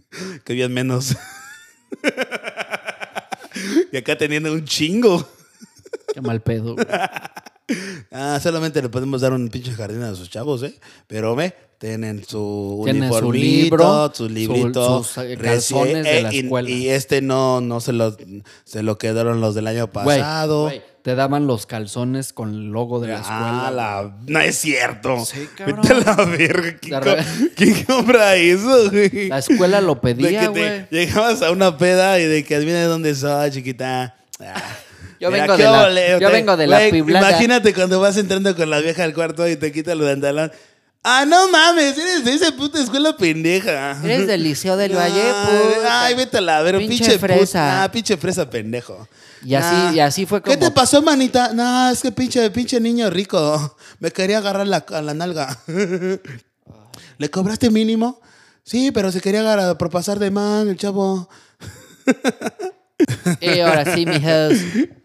Que bien menos. y acá teniendo un chingo. Qué mal pedo. güey. Ah, solamente le podemos dar un pinche jardín a sus chavos, ¿eh? Pero ve, tienen su Tienen su uniformito, libro, su librito, su- sus, eh, calzones de la y- escuela. Y, este no, no se lo, se lo quedaron los del año Güey, pasado. güey, te daban los calzones con el logo de la escuela. Ah, la, no es cierto. Sí, cabrón. Vete a la verga. ¿Quién, La co- re- quién compra eso, güey? La escuela lo De que pedía, te güey. llegabas a una peda y de que adivina de dónde soy, chiquita. Ah, Yo vengo de la- yo usted- vengo de la güey, Piblada. Imagínate cuando vas entrando con la vieja al cuarto y te quita el pantalón. Ah, no mames, eres de esa puta escuela pendeja. Eres del Liceo del Valle, Ay, puta. Ay, vete a la ver, pinche, Pinche fresa. fresa. Ah, pinche fresa pendejo. Y así- Ah, y así fue ¿Qué como- te pasó, manita? No, es que pinche, pinche niño rico. Me quería agarrar la, a la nalga. ¿Le cobraste mínimo? Sí, pero se quería agarrar por pasar de man el chavo. Y "Eh, ahora sí, mijos.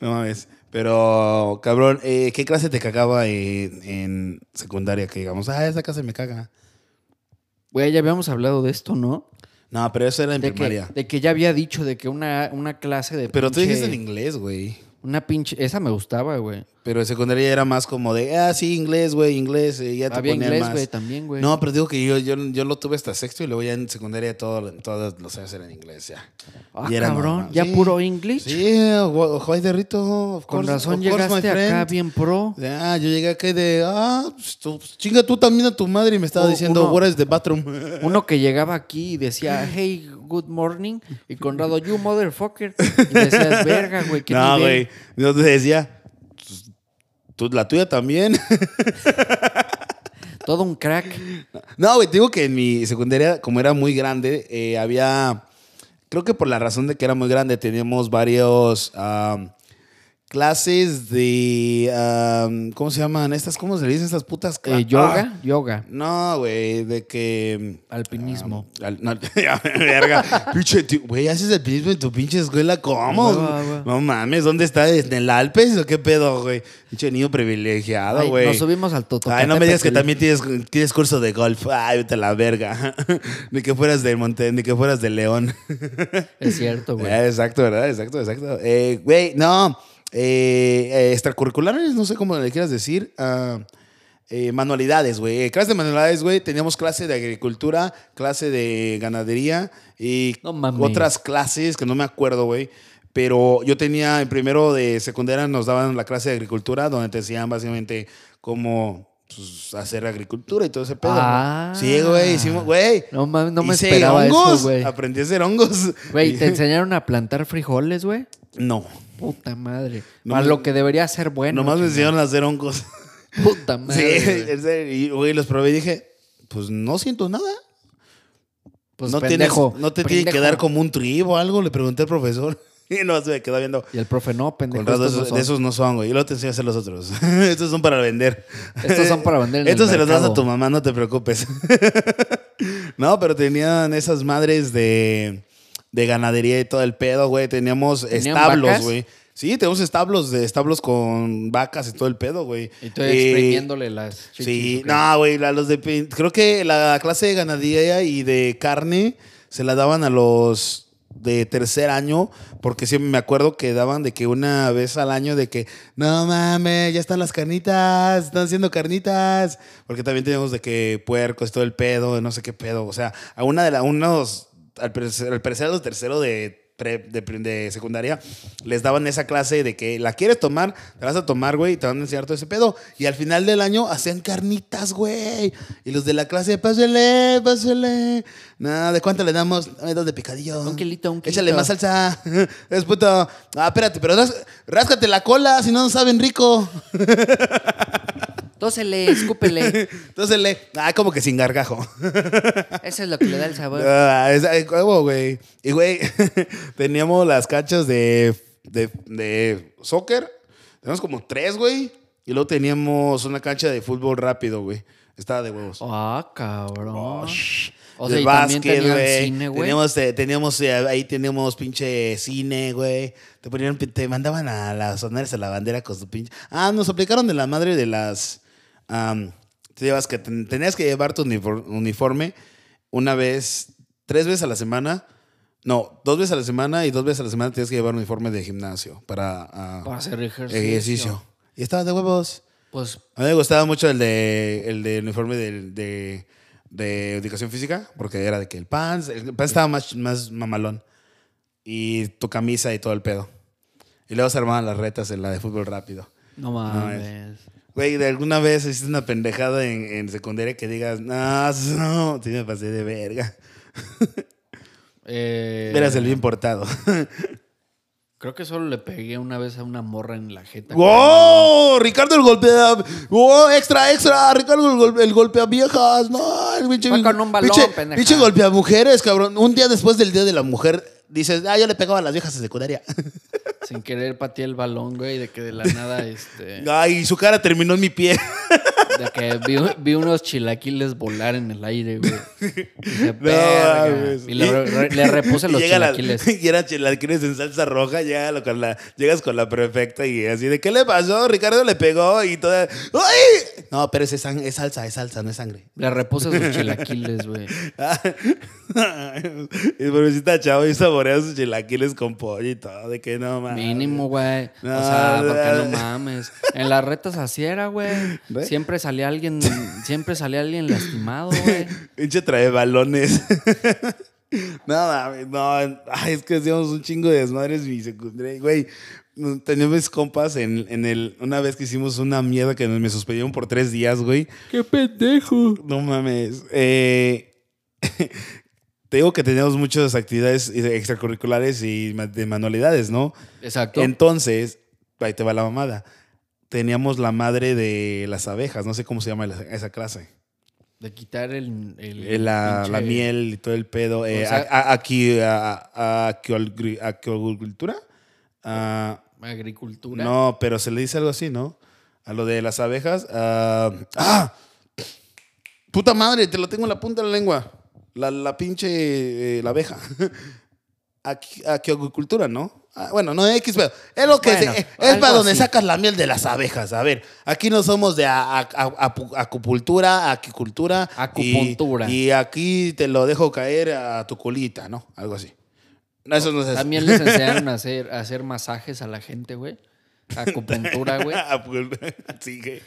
No mames. Pero, cabrón, eh, ¿qué clase te cagaba en, en secundaria? Que digamos, ah, esa clase me caga. Güey, ya habíamos hablado de esto, ¿no? No, pero eso era en De que, primaria. de que ya había dicho de que una, una clase de Pero tú pinche- dijiste en inglés, güey. Una pinche... Esa me gustaba, güey. Pero en secundaria era más como de, ah, sí, inglés, güey, inglés. eh, ya te Había ponían inglés, más. güey, también, güey. No, pero digo que yo, yo, yo lo tuve hasta sexto y luego ya en secundaria todo, todos los años eran en inglés ya. Ah, Y era cabrón, normal. ¿ya puro English? Sí, wh- why the rito? Of Con course- razón of course, my llegaste acá friend. bien pro. Ah, yo llegué acá y de, ah, pues, tú- pues, chinga tú también a tu madre y me estaba U- diciendo, uno- what is the bathroom? Uno que llegaba aquí y decía, hey, good morning. Y Conrado, you motherfucker. Y decías, verga, güey, qué no, nivel". güey. Yo te decía, "Pues, tú, la tuya también. Todo un crack. Eh, No, güey, te digo que en mi secundaria, como era muy grande, eh, había. Creo que por la razón de que era muy grande, teníamos varios am, clases de. am, ¿Cómo se llaman? Estas, ¿Cómo se le dicen estas putas? cla- Eh, yoga, yoga, Ah, no, güey, de que. alpinismo. Al- No, ya, verga. Pinche, tío, güey, haces alpinismo en tu pinche escuela, ¿cómo? Huevo, huevo. No mames, ¿dónde está? ¿En el Alpes o qué pedo, güey? Pinche niño privilegiado, Ay, güey. nos subimos al Totocatépetl. Ay, no me digas que también tienes, tienes curso de golf. Ay, vete a la verga. ni que fueras de Monte, ni que fueras de León. Es cierto, güey. Eh, exacto, ¿verdad? Exacto, exacto. Eh, Güey, no. Eh, eh, extracurriculares, no sé cómo le quieras decir. Ah, eh, manualidades, güey. Eh, clase de manualidades, güey. Teníamos clase de agricultura, clase de ganadería y No mames. otras clases que no me acuerdo, güey. Pero yo tenía, en primero de secundaria nos daban la clase de agricultura donde te decían básicamente cómo pues, hacer agricultura y todo ese pedo. güey. Ah. Sí, güey, hicimos, güey. No mames, no me hice esperaba eso, hongos, güey. Aprendí a hacer hongos. Güey, Y- ¿te enseñaron a plantar frijoles, güey? no. Puta madre. No Para me- lo que debería ser bueno. Nomás me enseñaron a hacer hongos. Puta sí, eh, madre. güey. en serio. Y güey, los probé y dije, pues no siento nada. Pues no, tienes- pendejo. no te tiene que pendejo. dar como un tribo o algo, le pregunté al profesor. Y no se me quedó viendo. Y el profe, no, pendejo. Con razón, estos no esos- son. de esos no son, güey. Y luego te enseño a hacer los otros. estos son para vender. Estos son para vender en el Estos se los das mercado. a tu mamá, no te preocupes. no, pero tenían esas madres de, de ganadería y todo el pedo, güey. Teníamos ¿Tenían establos, vacas? güey. Sí, tenemos establos de establos con vacas y todo el pedo, güey. Y tú Eh, exprimiéndole las chichis, Sí, ¿o qué? no, güey, la- los de pin- creo que la clase de ganadería y de carne se la daban a los de tercer año, porque siempre me acuerdo que daban de que una vez al año de que, no mames, ya están las carnitas, están haciendo carnitas, porque también teníamos de que puercos, todo el pedo, no sé qué pedo, o sea, a una de las, unos, al parecer, al parecer a los terceros de pre- de, prim- de secundaria, les daban esa clase de que la quieres tomar, te la vas a tomar, güey, y te van a enseñar todo ese pedo. Y al final del año hacían carnitas, güey. Y los de la clase, pásale, pásale. Nada, ¿de cuánto le damos? Dame dos de picadillo. Un kilito, un kilito. Échale más salsa. Es puto. Ah, espérate, pero ras- ráscate la cola, si no, no saben rico. Tósele, escúpele. Entonces le. Ah, como que sin gargajo. Eso es lo que le da el sabor. Ah, es- ay, huevo, güey. Y, güey, teníamos las canchas de, de, de soccer. Teníamos como tres, güey. Y luego teníamos una cancha de fútbol rápido, güey. Estaba de huevos. Ah, cabrón. Oh, o De sea, y también tenían cine, güey. Teníamos, eh, teníamos, eh, ahí teníamos pinche cine, güey. Te ponían, te mandaban a las honores a la bandera con su pinche. Ah, nos aplicaron de la madre de las. am, te llevas que ten- tenías que llevar tu unifor- uniforme una vez, tres veces a la semana. No, dos veces a la semana y dos veces a la semana tenías que llevar uniforme de gimnasio para, ah, Para hacer ejercicio. ejercicio. Y estaba de huevos. Pues, A mí me gustaba mucho el de el de uniforme del- de, de educación física, porque era de que el pants, el pants estaba más, más mamalón. Y tu camisa y todo el pedo. Y luego se armaban las retas en la de fútbol rápido. no mames. Güey, ¿de alguna vez hiciste una pendejada en, en secundaria que digas, no, no, sí me pasé de verga? Eh, Eras el bien portado. Creo que solo le pegué una vez a una morra en la jeta. ¡Wow! ¡Oh! Ricardo el golpea. ¡Wow! ¡Extra, extra! Ricardo el, golpe, el golpea viejas. No, el pinche. Fue con un balón, pinche, pendeja. pinche golpea mujeres, cabrón. Un día después del día de la mujer, dices, ah, yo le pegaba a las viejas en secundaria. Sin querer pateé el balón, güey, de que de la nada, este... Ay, su cara terminó en mi pie. De que vi, vi unos chilaquiles volar en el aire, güey. Dije, No, "Verga". mames. y le, re- le repuse los Y llega la- chilaquiles. y eran chilaquiles en salsa roja. Llega lo- con la, llegas con la perfecta y así de, ¿qué le pasó? Ricardo le pegó y toda. ¡Ay! No, pero es, sang- es salsa, es salsa, no es sangre. Le repuse sus chilaquiles, güey. y pobrecita chavo y saborea sus chilaquiles con pollo y todo, de que no mames. Mínimo, güey. No, o sea, porque no. no mames. En las retas así era, güey. ¿Ve? Siempre salía alguien, siempre salía alguien lastimado, güey. Pinche trae balones. no mames, no. Ay, es que hacíamos un chingo de desmadres mi secundaria. Güey, tenía mis compas en, en el. Una vez que hicimos una mierda que me suspendieron por tres días, güey. ¡Qué pendejo! No mames. Eh, te digo que teníamos muchas actividades extracurriculares y ma- de manualidades, ¿no? Exacto. Entonces, ahí te va la mamada. Teníamos la madre de las abejas, no sé cómo se llama la- esa clase. de quitar el... el Eh, La, la pinche- miel y todo el pedo. eh, sea- a- a- aquí, a- a- aquiolgri- aquiolcultura. Ah, Agricultura. No, pero se le dice algo así, ¿no? A lo de las abejas. ah, ¡Ah! Puta madre, te lo tengo en la punta de la lengua. La, la pinche. eh, la abeja. Aquí- Aquiacultura, ¿no? Ah, bueno, no X, pero es lo que Bueno, se- es algo para donde así. sacas la miel de las abejas. A ver, aquí no somos de a- a- a- apu- acupuntura, aquicultura. y- Acupuntura. Y, aquí te lo dejo caer a tu colita, ¿no? Algo así. No, eso no es eso. También les enseñaron a hacer, a hacer masajes a la gente, güey. Acupuntura, güey. Ah, pues, sí, güey.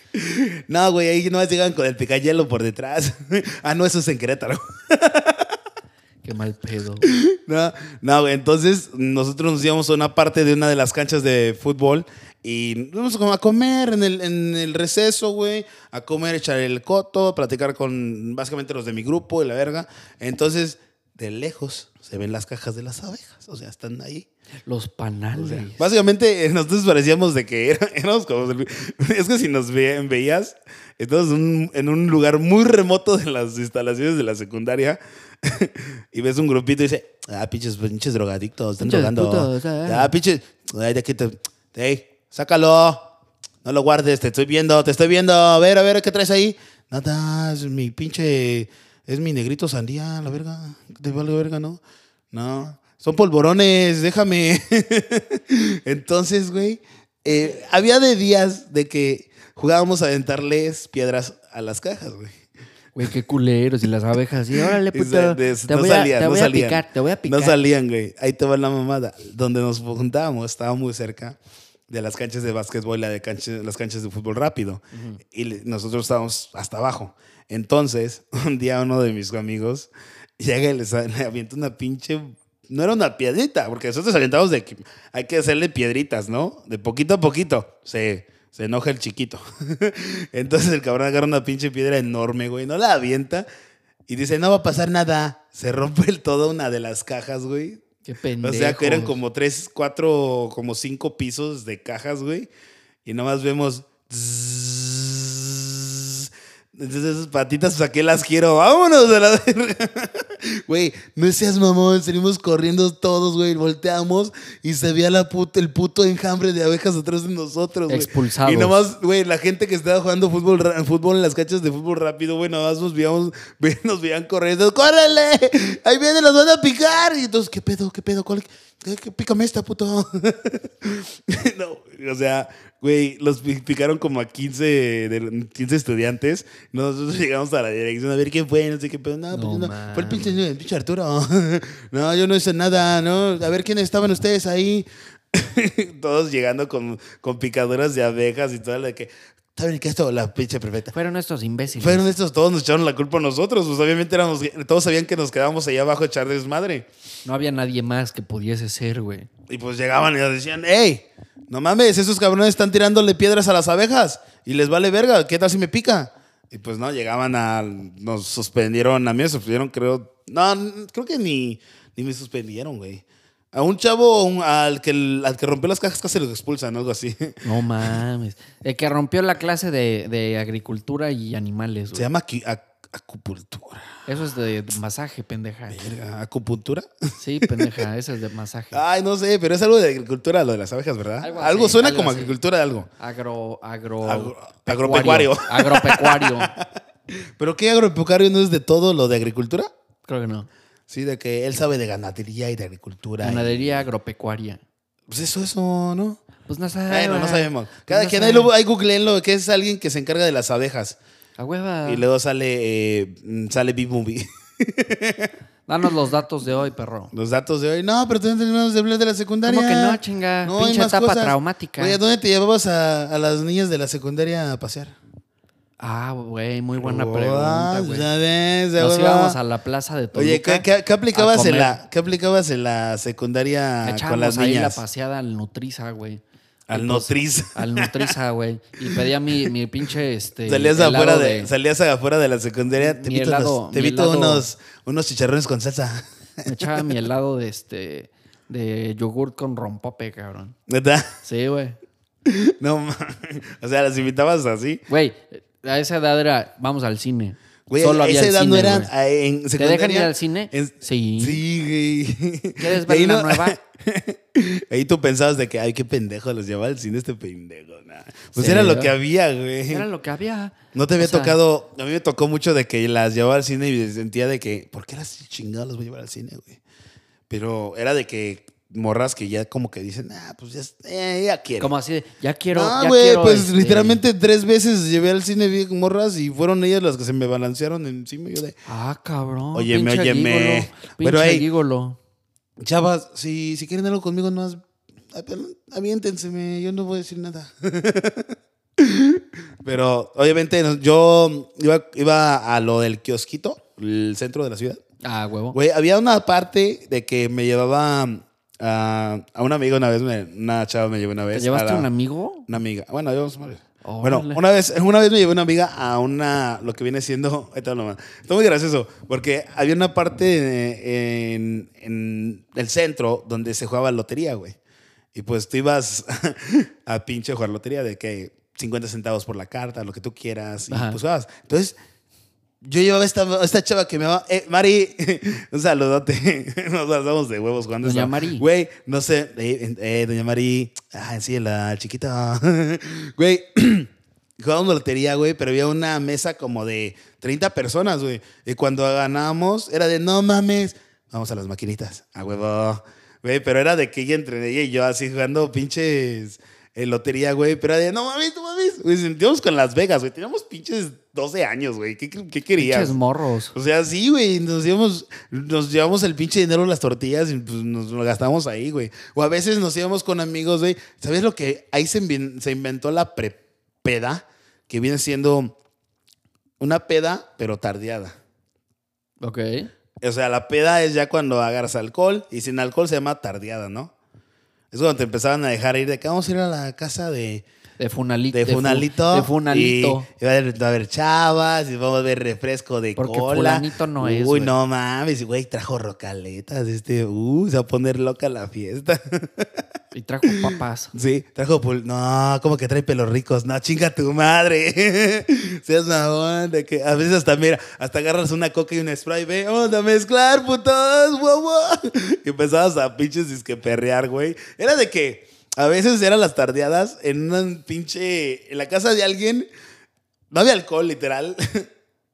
No, güey, ahí nomás llegan con el picayelo por detrás. Ah, no, eso es en Querétaro. Qué mal pedo. No, no, güey, entonces nosotros nos íbamos a una parte de una de las canchas de fútbol y nos íbamos como a comer en el, en el receso, güey, a comer, echar el coto, platicar con básicamente los de mi grupo y la verga. Entonces, de lejos se ven las cajas de las abejas, o sea, están ahí. Los panales. Básicamente, eh, nosotros parecíamos de que era- éramos como. Es que si nos ve- veías, estamos en un, en un lugar muy remoto de las instalaciones de la secundaria y ves un grupito y dice: Ah, pinches, pinches drogadictos, están Pinches drogando. putos, ah". ah, pinches. Ay, de aquí te- ey, sácalo. No lo guardes, te estoy viendo, te estoy viendo. A ver, a ver, ¿qué traes ahí? Nada, es mi pinche. Es mi negrito sandía, la verga. Te vale verga, ¿no? No. Son polvorones, déjame. Entonces, güey, eh, había de días de que jugábamos a aventarles piedras a las cajas, güey. Güey, qué culeros. Y las abejas. Y órale, Y puta. sa- de- te voy, a, te voy a picar, te voy a picar. No salían, güey. Ahí te va la mamada. Donde nos juntábamos, estaba muy cerca de las canchas de básquetbol, la de cancha- las canchas de fútbol rápido. Y le- nosotros estábamos hasta abajo. Entonces, un día uno de mis amigos llega y les a- le avienta una pinche... No era una piedrita, porque nosotros aventábamos de que hay que hacerle piedritas, ¿no? De poquito a poquito. Se, se enoja el chiquito. Entonces el cabrón agarra una pinche piedra enorme, güey. No la avienta. Y dice, no va a pasar nada. Se rompe el todo una de las cajas, güey. Qué pendejo. O sea, que eran como tres, cuatro, como cinco pisos de cajas, güey. Y nomás vemos... zzzz. Entonces esas patitas, ¿para qué las quiero? Vámonos de la verga. Güey, no seas mamón, salimos corriendo todos, güey, volteamos y se veía la puta- el puto enjambre de abejas atrás de nosotros, güey. Expulsados. Y nomás, güey, la gente que estaba jugando fútbol, ra- fútbol en las canchas de fútbol rápido, güey, nomás nos veíamos, ve- nos veían corriendo, ¡córrele! Ahí vienen, los van a picar. Y entonces, ¿qué pedo, qué pedo? ¿Cuál- qué- qué- pícame esta, puto. no, o sea, güey, los pi- picaron como a 15, de- 15 estudiantes. Nosotros llegamos a la dirección a ver quién fue, no sé qué pedo. No, pues No no, fue el mames. pinche el pinche Arturo. No, yo no hice nada, ¿no? A ver quiénes estaban ustedes ahí. Todos llegando con, con picaduras de abejas y todo, la de que. ¿Saben qué esto? La pinche perfecta. Fueron estos imbéciles. Fueron estos, todos nos echaron la culpa a nosotros. Pues obviamente éramos, todos sabían que nos quedábamos allá abajo a echar desmadre. No había nadie más que pudiese ser, güey. Y pues llegaban y nos decían, hey, no mames, esos cabrones están tirándole piedras a las abejas y les vale verga, ¿qué tal si me pica? Y pues no, llegaban a, nos suspendieron, a mí me suspendieron, creo, no, n- creo que ni, ni me suspendieron, güey. A un chavo un- al, que, al que rompió las cajas casi lo expulsan, algo así. No mames. El que rompió la clase de, de agricultura y animales, Se güey. llama acu- ac- acupuntura. Eso es de masaje, pendeja. Verga, ¿Acupuntura? Sí, pendeja, eso es de masaje. Ay, no sé, pero es algo de agricultura, lo de las abejas, ¿verdad? Algo Algo, así, suena algo como así. agricultura de algo. Agro, agro, Agro- pecuario. agropecuario. Agropecuario. ¿Pero qué agropecuario no es de todo lo de agricultura? Creo que no. Sí, de que él sabe de ganadería y de agricultura. y- Ganadería agropecuaria. Pues eso, eso, ¿no? Pues no sabemos. Pues Bueno, no sabemos. Cada quien ahí, lo, ahí googleenlo, que es alguien que se encarga de las abejas. A hueva. Y luego sale, eh, mm, sale B-Movie. Danos los datos de hoy, perro. Los datos de hoy. No, pero tú no terminamos de hablar de la secundaria. ¿Cómo que no, chinga? hay Pinche más etapa traumática. Oye, ¿a ¿dónde te llevabas a, a las niñas de la secundaria a pasear? Ah, güey, muy buena Oh, pregunta, güey. ya ves, ya Nos va. íbamos a la plaza de Toluca. Oye, ¿qué, qué- qué a aplicabas en comer. la, ¿qué aplicabas en la secundaria Echábamos con las ahí niñas? la paseada al Nutriza, güey. Al Y pues, Notriz. Al Nutriza, güey. Y pedía mi, mi pinche, este... Salías helado afuera de, salías afuera de la secundaria, te Mi invito, helado, unos, te mi invito helado. unos, unos chicharrones con salsa. Me echaba mi helado de, este... De yogurt con rompope, cabrón. ¿Neta? Sí, güey. No, ma- o sea, las invitabas así. Güey, a esa edad era... Vamos al cine. Güey, Solo a había esa el edad cine, no eran güey. a- en ¿Te dejan ir secundaria, al cine? en- Sí. Sí, güey. ¿Quieres Y ahí ver la no- nueva? Ahí tú pensabas de que, ay, qué pendejo, los llevaba al cine este pendejo. nah. Pues Sí, era lo ¿no? que había, güey. Era lo que había. No te había O sea, tocado, a mí me tocó mucho de que las llevaba al cine y sentía de que, ¿por qué las chingadas las voy a llevar al cine, güey? Pero era de que morras que ya como que dicen, ah, pues ya, es- eh, ya quiero. Como así, de, ya quiero. ah, ya güey, quiero, pues este, literalmente tres veces llevé al cine vi morras y fueron ellas las que se me balancearon encima. y Yo de, Ah, cabrón. Óyeme, pinche óyeme. gigolo, Bueno, pinche ey. gigolo. chavas, si, si quieren algo conmigo, no más, aviéntenseme, yo no voy a decir nada. Pero obviamente no- yo iba, iba a lo del kiosquito, el centro de la ciudad. Ah, huevo. Güey, había una parte de que me llevaba mm, a, a un amigo una vez, me- una chava me llevó una ¿Te vez. llevaste a a la- un amigo? Una amiga. Bueno, llevamos varios. Órale. pues, Bueno, una vez, una vez me llevé una amiga a una, lo que viene siendo, ahí te hablo, man. está muy gracioso, porque había una parte eh, en, en el centro donde se jugaba lotería, güey. Y pues tú ibas a pinche jugar lotería de que 50 centavos por la carta, lo que tú quieras, y Ajá. pues jugabas. Entonces, yo llevaba esta, esta chava que me va, eh, Mari, un saludote. Nos pasamos de huevos cuando Doña Mari. Güey, no sé, eh, eh, doña Mari, ah, sí, la chiquita. Güey, jugábamos lotería, güey, pero había una mesa como de 30 personas, güey. Y cuando ganábamos, era de no mames, vamos a las maquinitas, a huevo. Güey, pero era de que ella entre ella y yo así jugando pinches eh, lotería, güey. Pero era de no mames, no mames. Güey, sentíamos con Las Vegas, güey. Teníamos pinches 12 años, güey. ¿Qué, qué, qué querías? Pinches morros. O sea, sí, güey, nos íbamos, nos llevamos el pinche dinero de las tortillas y pues, nos lo gastamos ahí, güey. O a veces nos íbamos con amigos, güey. ¿Sabes lo que? Ahí se, invin- se inventó la prepeda, que viene siendo una peda, pero tardeada. Ok. O sea, la peda es ya cuando agarras alcohol y sin alcohol se llama tardeada, ¿no? Es cuando te empezaban a dejar ir de que vamos a ir a la casa de, De funalito. de fu- Funalito. De funalito. Y, y va a haber, va a haber chavas y vamos a ver refresco de Porque cola. fulanito no es, Uy, güey. no mames, güey, trajo rocaletas. Este, uh, se va a poner loca la fiesta. Y, trajo papas. sí, trajo pul- No, como que trae pelos ricos. No, chinga tu madre. Seas mamón, de que a veces hasta, mira, hasta agarras una coca y un spray, ve, vamos a mezclar, putos, guau, guau. Y empezabas a pinches disque perrear, güey. Era de que a veces eran las tardeadas en una pinche. en la casa de alguien. No había alcohol, literal.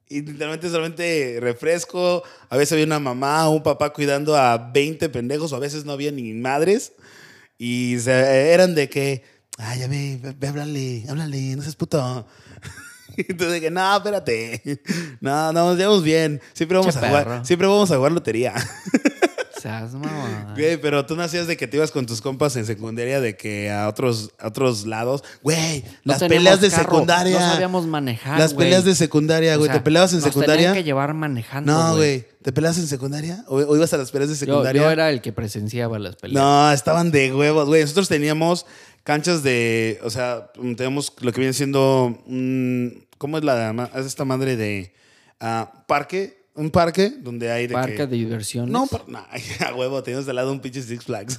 Y literalmente solamente refresco. A veces había una mamá o un papá cuidando a 20 pendejos. O a veces no había ni madres. Y se- eh, eran de que, ay, ya ve, ve, ve, háblale, háblale, no seas puto. Y tú de que, no, espérate. No, no, nos llevamos bien. Siempre vamos, a Che jugar, perro. Ah. siempre vamos a jugar lotería. Seas mamá. Güey, pero tú no hacías de que te ibas con tus compas en secundaria de que a otros, a otros lados. Güey, No las teníamos peleas de carro, secundaria. No sabíamos manejar. Las güey. peleas de secundaria, O güey. sea, ¿Te peleabas en nos tenían secundaria? que llevar manejando. No, güey. ¿Te peleabas en secundaria? ¿O, o ibas a las peleas de Ah, Yo, secundaria? yo era el que presenciaba las peleas. No, estaban de huevos, güey. Nosotros teníamos canchas de. O sea, mm, tenemos lo que viene siendo. un- ¿Cómo es la ma- es esta madre de. ah, parque? Un parque donde hay de. Parque que- de diversiones. No, par- nah, a huevo, teníamos de lado un pinche Six Flags.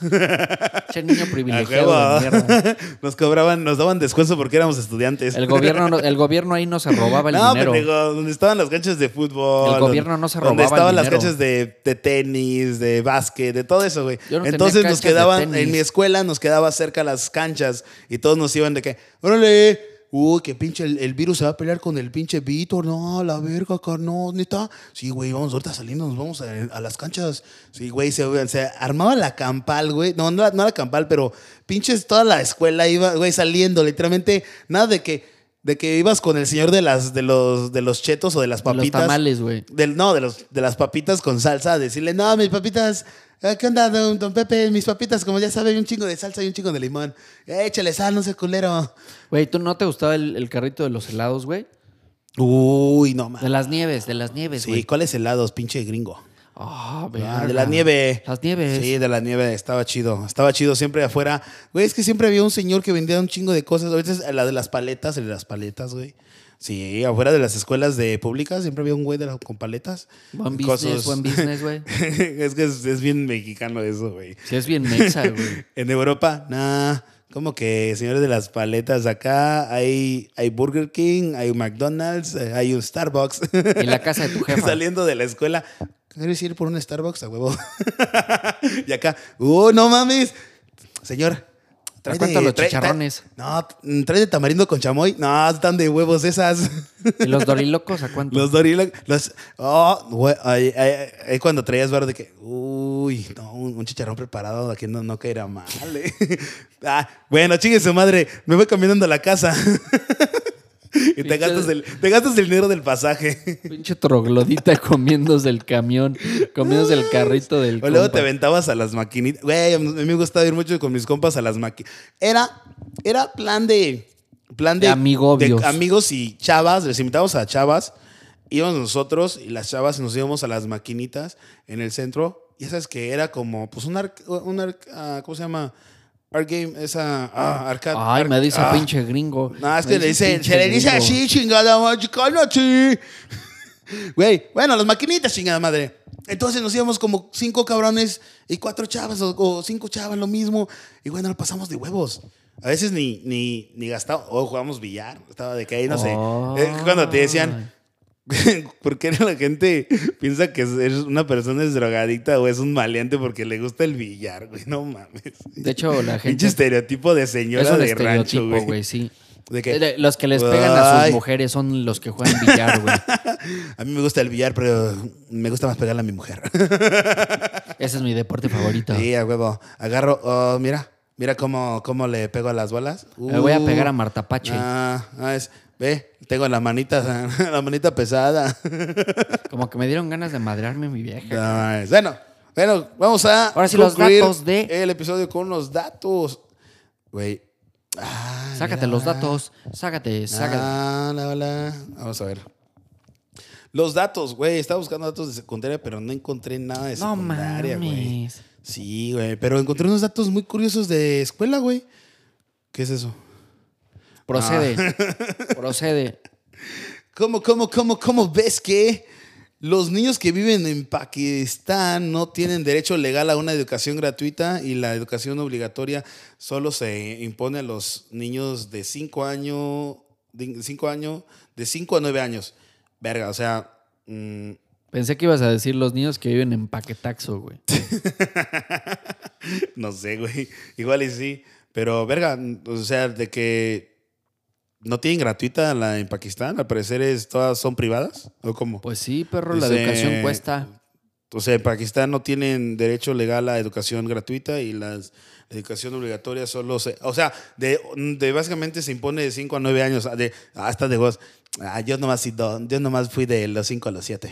Che, niño A privilegiado de huevo. mierda. Nos cobraban, nos daban descuento porque éramos estudiantes. El gobierno, no- el gobierno ahí no se robaba el no, dinero. pendejo, donde estaban las canchas de fútbol. El donde- gobierno no se Donde robaba el estaban las dinero. canchas de, de tenis, de básquet, de todo eso, güey. Yo no tenía Entonces nos canchas de quedaban, tenis. en mi escuela nos quedaba cerca las canchas y todos nos iban de que, órale, uy, que pinche el, el virus se va a pelear con el pinche Víctor, no, la verga, car- no, neta. Sí, güey, vamos ahorita saliendo, nos vamos a, a las canchas. Sí, güey, se, se armaba la campal, güey. No, no, la- no la campal, pero pinches toda la escuela iba, güey, saliendo, literalmente, nada de que. De que ibas con el señor de las de los de los chetos o de las De Los papitas. tamales, güey. Del, no, de, los, de las papitas con salsa, decirle, no, mis papitas, eh, ¿qué onda, don, don Pepe? Mis papitas, como ya sabe, hay un chingo de salsa y un chingo de limón. Eh, Échale sal, no seas culero. Güey, ¿tú no te gustaba el, el carrito de los helados, güey? Uy, no De mames. las nieves, de las nieves, Sí, güey. ¿cuáles helados, pinche gringo? Ah, Ah, verga. de la nieve. Las nieves. Sí, de la nieve. Estaba chido. Estaba chido siempre afuera. Güey, es que siempre había un señor que vendía un chingo de cosas. Ahorita es la de las paletas, el de las paletas, güey. Sí, afuera de las escuelas de públicas siempre había un güey de las- con paletas. Buen Cosas- business, buen business, güey. es que es, es bien mexicano eso, güey. Sí, es bien mexa, güey. En Europa, nah, como que señores de las paletas acá, hay, hay Burger King, hay un McDonald's, eh, hay un Starbucks. En la casa de tu jefa. Saliendo de la escuela, ¿quieres ir por un Starbucks a huevo? y acá, ¡uh, no mames! señora. trae cuánto de- los trae- chicharrones? trae- no, mm, trae de tamarindo con chamoy. No, están de huevos esas. ¿Y los dorilocos a cuánto? Los Dorilos. Los, oh, güey, ahí, ahí- ahí cuando traías barro de que, uy, no, un, un chicharrón preparado de aquí no, no caerá mal. ¿eh? ah, bueno, chingue su madre, me voy caminando a la casa. y te Pinche- gastas, el, te gastas el dinero del pasaje. Pinche troglodita comiéndose el camión, comiéndose el carrito del O luego compa. te aventabas a las maquinitas. Güey, a mí me gustaba ir mucho con mis compas a las maquinitas. Era, era plan de. Plan de. De amigobios. de amigos y chavas. Les invitábamos a chavas. Íbamos nosotros y las chavas y nos íbamos a las maquinitas en el centro. Y esas que era como, pues, un. arc- un arc- ah, ¿Cómo se llama? Art game, esa. ah, arcade. Ay, arc- me dice ah. pinche gringo. No, es Me que le dice dicen, pinche se le dice gringo. así, chingada madre, cállate. Güey, bueno, las maquinitas, chingada madre. Entonces nos íbamos como cinco cabrones y cuatro chavas o, o cinco chavas, lo mismo. Y bueno, lo pasamos de huevos. A veces ni, ni, ni gastaba, o jugábamos billar, estaba de que ahí, no sé. Oh. Eh, Cuando te decían, ¿por qué la gente piensa que es- es una persona es drogadicta o es un maleante porque le gusta el billar, güey? No mames. De hecho, la Pinche gente. estereotipo de señora Es un de rancho, estereotipo, güey. güey, Eh, sí. De que- De- Los que les pegan a Ay. sus mujeres son los que juegan billar, güey. A mí me gusta el billar, pero me gusta más pegarle a mi mujer. Ese es mi deporte favorito. Sí, a huevo. Agarro, oh, mira, mira cómo, cómo le pego a las bolas. Le voy a Uh, pegar a Marta Pache, Ah, ah, es, ve, tengo la manita, la manita pesada. Como que me dieron ganas de madrearme a mi vieja. No, es- bueno, bueno, vamos a Ahora sí, los concluir datos de- el episodio con los datos. Güey. Ah, Sácate mira. los datos. Sácate, sácate. Ah, la, la. Vamos a ver. Los datos, güey. Estaba buscando datos de secundaria, pero no encontré nada de No secundaria, güey. mames. Sí, güey. Pero encontré unos datos muy curiosos de escuela, güey. ¿Qué es eso? Procede. Ah. Procede. ¿Cómo, cómo, cómo, cómo ves que los niños que viven en Pakistán no tienen derecho legal a una educación gratuita y la educación obligatoria solo se impone a los niños de 5 años, de 5 años, de 5 a 9 años? Verga, o sea, mm, Pensé que ibas a decir los niños que viven en Paquetaxo, güey. no sé, güey. Igual y sí, pero verga, o sea, de que no tienen gratuita la en Pakistán, al parecer es todas son privadas o cómo? Pues sí, perro, la Dice- educación cuesta. O sea, en Pakistán no tienen derecho legal a educación gratuita y las, la educación obligatoria solo se... O sea, de, de básicamente se impone de 5 a 9 años. ah, De, hasta de vos. Ah, yo, nomás, y do- yo nomás fui de los 5 a los 7.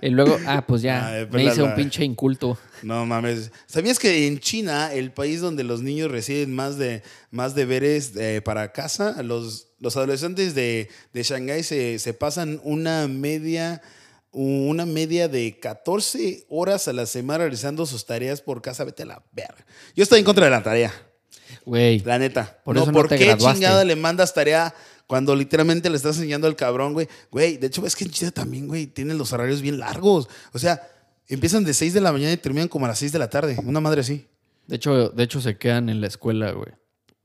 Y luego, ah, pues Ah, ya, eh, me pela hice un la- pinche inculto. No mames. ¿Sabías que en China, el país donde los niños reciben más, de, más deberes eh, para casa, los, los adolescentes de, de Shanghái se, se pasan una media, una media de 14 horas a la semana realizando sus tareas por casa? Vete a la verga. Yo estoy en contra de la tarea, Güey, la neta. Por no, eso no ¿por te qué graduaste. chingada le mandas tarea? Cuando literalmente le estás enseñando al cabrón, güey. Güey, de hecho, es que en China también, güey, tienen los horarios bien largos. O sea, empiezan de 6 de la mañana y terminan como a las 6 de la tarde. Una madre así. de hecho, de hecho se quedan en la escuela, güey.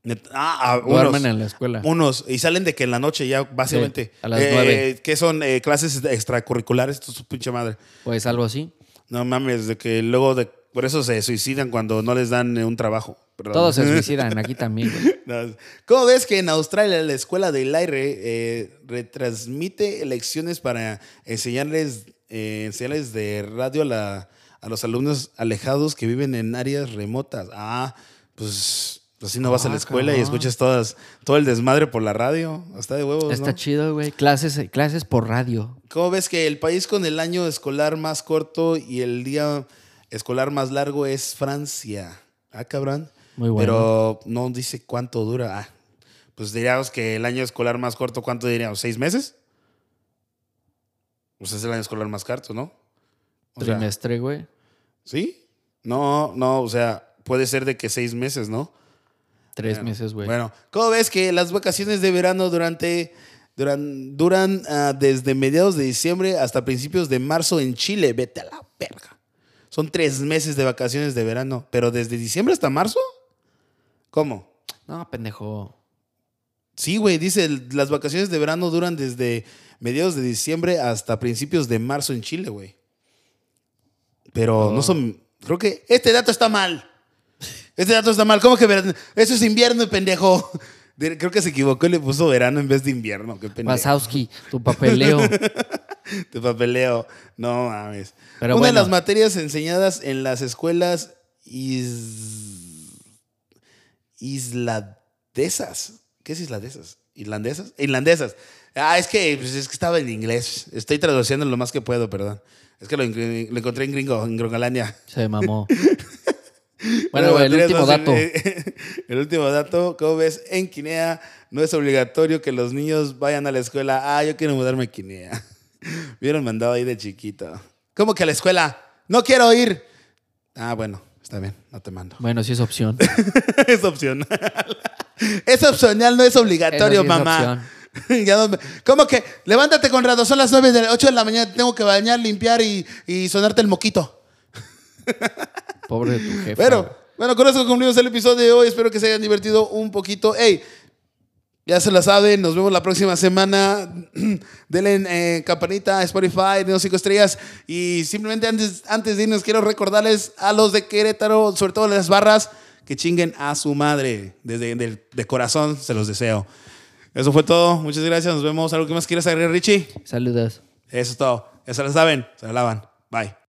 Net- Ah, ah, unos, Duermen en la escuela. unos. Y salen de que en la noche ya, básicamente. Sí, a las Eh, nueve. ¿Qué son eh, clases extracurriculares? Esto es su pinche madre. Pues algo así. No mames, de que luego de. Por eso se suicidan cuando no les dan eh, un trabajo. Perdón. Todos se suicidan aquí también, güey. No. ¿Cómo ves que en Australia la escuela del aire eh, retransmite lecciones para enseñarles, eh, enseñarles de radio a, la- a los alumnos alejados que viven en áreas remotas? Ah, pues así no vas a Ah, la escuela y cabrón. escuchas todas, todo el desmadre por la radio. Está de huevos, Está ¿no? chido, güey. Clases, clases por radio. ¿Cómo ves que el país con el año escolar más corto y el día escolar más largo es Francia? Ah, cabrón. Muy bueno. Pero no dice cuánto dura. Ah, pues diríamos que el año escolar más corto, ¿cuánto diríamos? ¿Seis meses? Pues es el año escolar más corto, ¿no? O sea, Trimestre, güey. ¿Sí? No, no, o sea, puede ser de que seis meses, ¿no? Tres meses, güey. Bueno, ¿cómo ves que las vacaciones de verano durante, duran, duran ah, desde mediados de diciembre hasta principios de marzo en Chile? Vete a la verga. Son tres meses de vacaciones de verano, pero desde diciembre hasta marzo? ¿Cómo? No, pendejo. Sí, güey, dice, el- las vacaciones de verano duran desde mediados de diciembre hasta principios de marzo en Chile, güey. Pero no son... Creo que este dato está mal. Este dato está mal. ¿Cómo que verano? Eso es invierno, pendejo. De- Creo que se equivocó y le puso verano en vez de invierno. Qué pendejo. Wazowski, tu papeleo. Te papeleo. No mames. Pero Una bueno. de las materias enseñadas en las escuelas is... islandesas. ¿Qué es islandesas? ¿Irlandesas? Irlandesas. Ah, es que, pues, es que estaba en inglés. Estoy traduciendo lo más que puedo, perdón. Es que lo, en- lo encontré en gringo, en Gringolandia. Se mamó. Bueno, güey, el materias último más- dato. eh, El último dato, como ves, en Guinea no es obligatorio que los niños vayan a la escuela. Ah, yo quiero mudarme a Guinea. Vieron mandado ahí de chiquito. ¿Cómo que a la escuela? No quiero ir. Ah, bueno, está bien, no te mando. Bueno, sí es opción. es opcional. es opcional, no es obligatorio, Eso sí es mamá. Ya no me- ¿Cómo que? Levántate, Conrado, son las 9 de la 8 de la mañana, tengo que bañar, limpiar y, y sonarte el moquito. Pobre de tu jefe. Bueno, bueno, con eso concluimos el episodio de hoy. Espero que se hayan divertido un poquito. Ey, ya se la saben, nos vemos la próxima semana. Denle eh, campanita a Spotify, denos cinco estrellas. Y simplemente antes, antes de irnos, quiero recordarles a los de Querétaro, sobre todo las barras, que chinguen a su madre. Desde del- de corazón se los deseo. Eso fue todo. Muchas gracias. Nos vemos. ¿Algo que más quieras agregar, Richie? Saludos. Eso es todo. Ya se la saben. Se la lavan. Bye.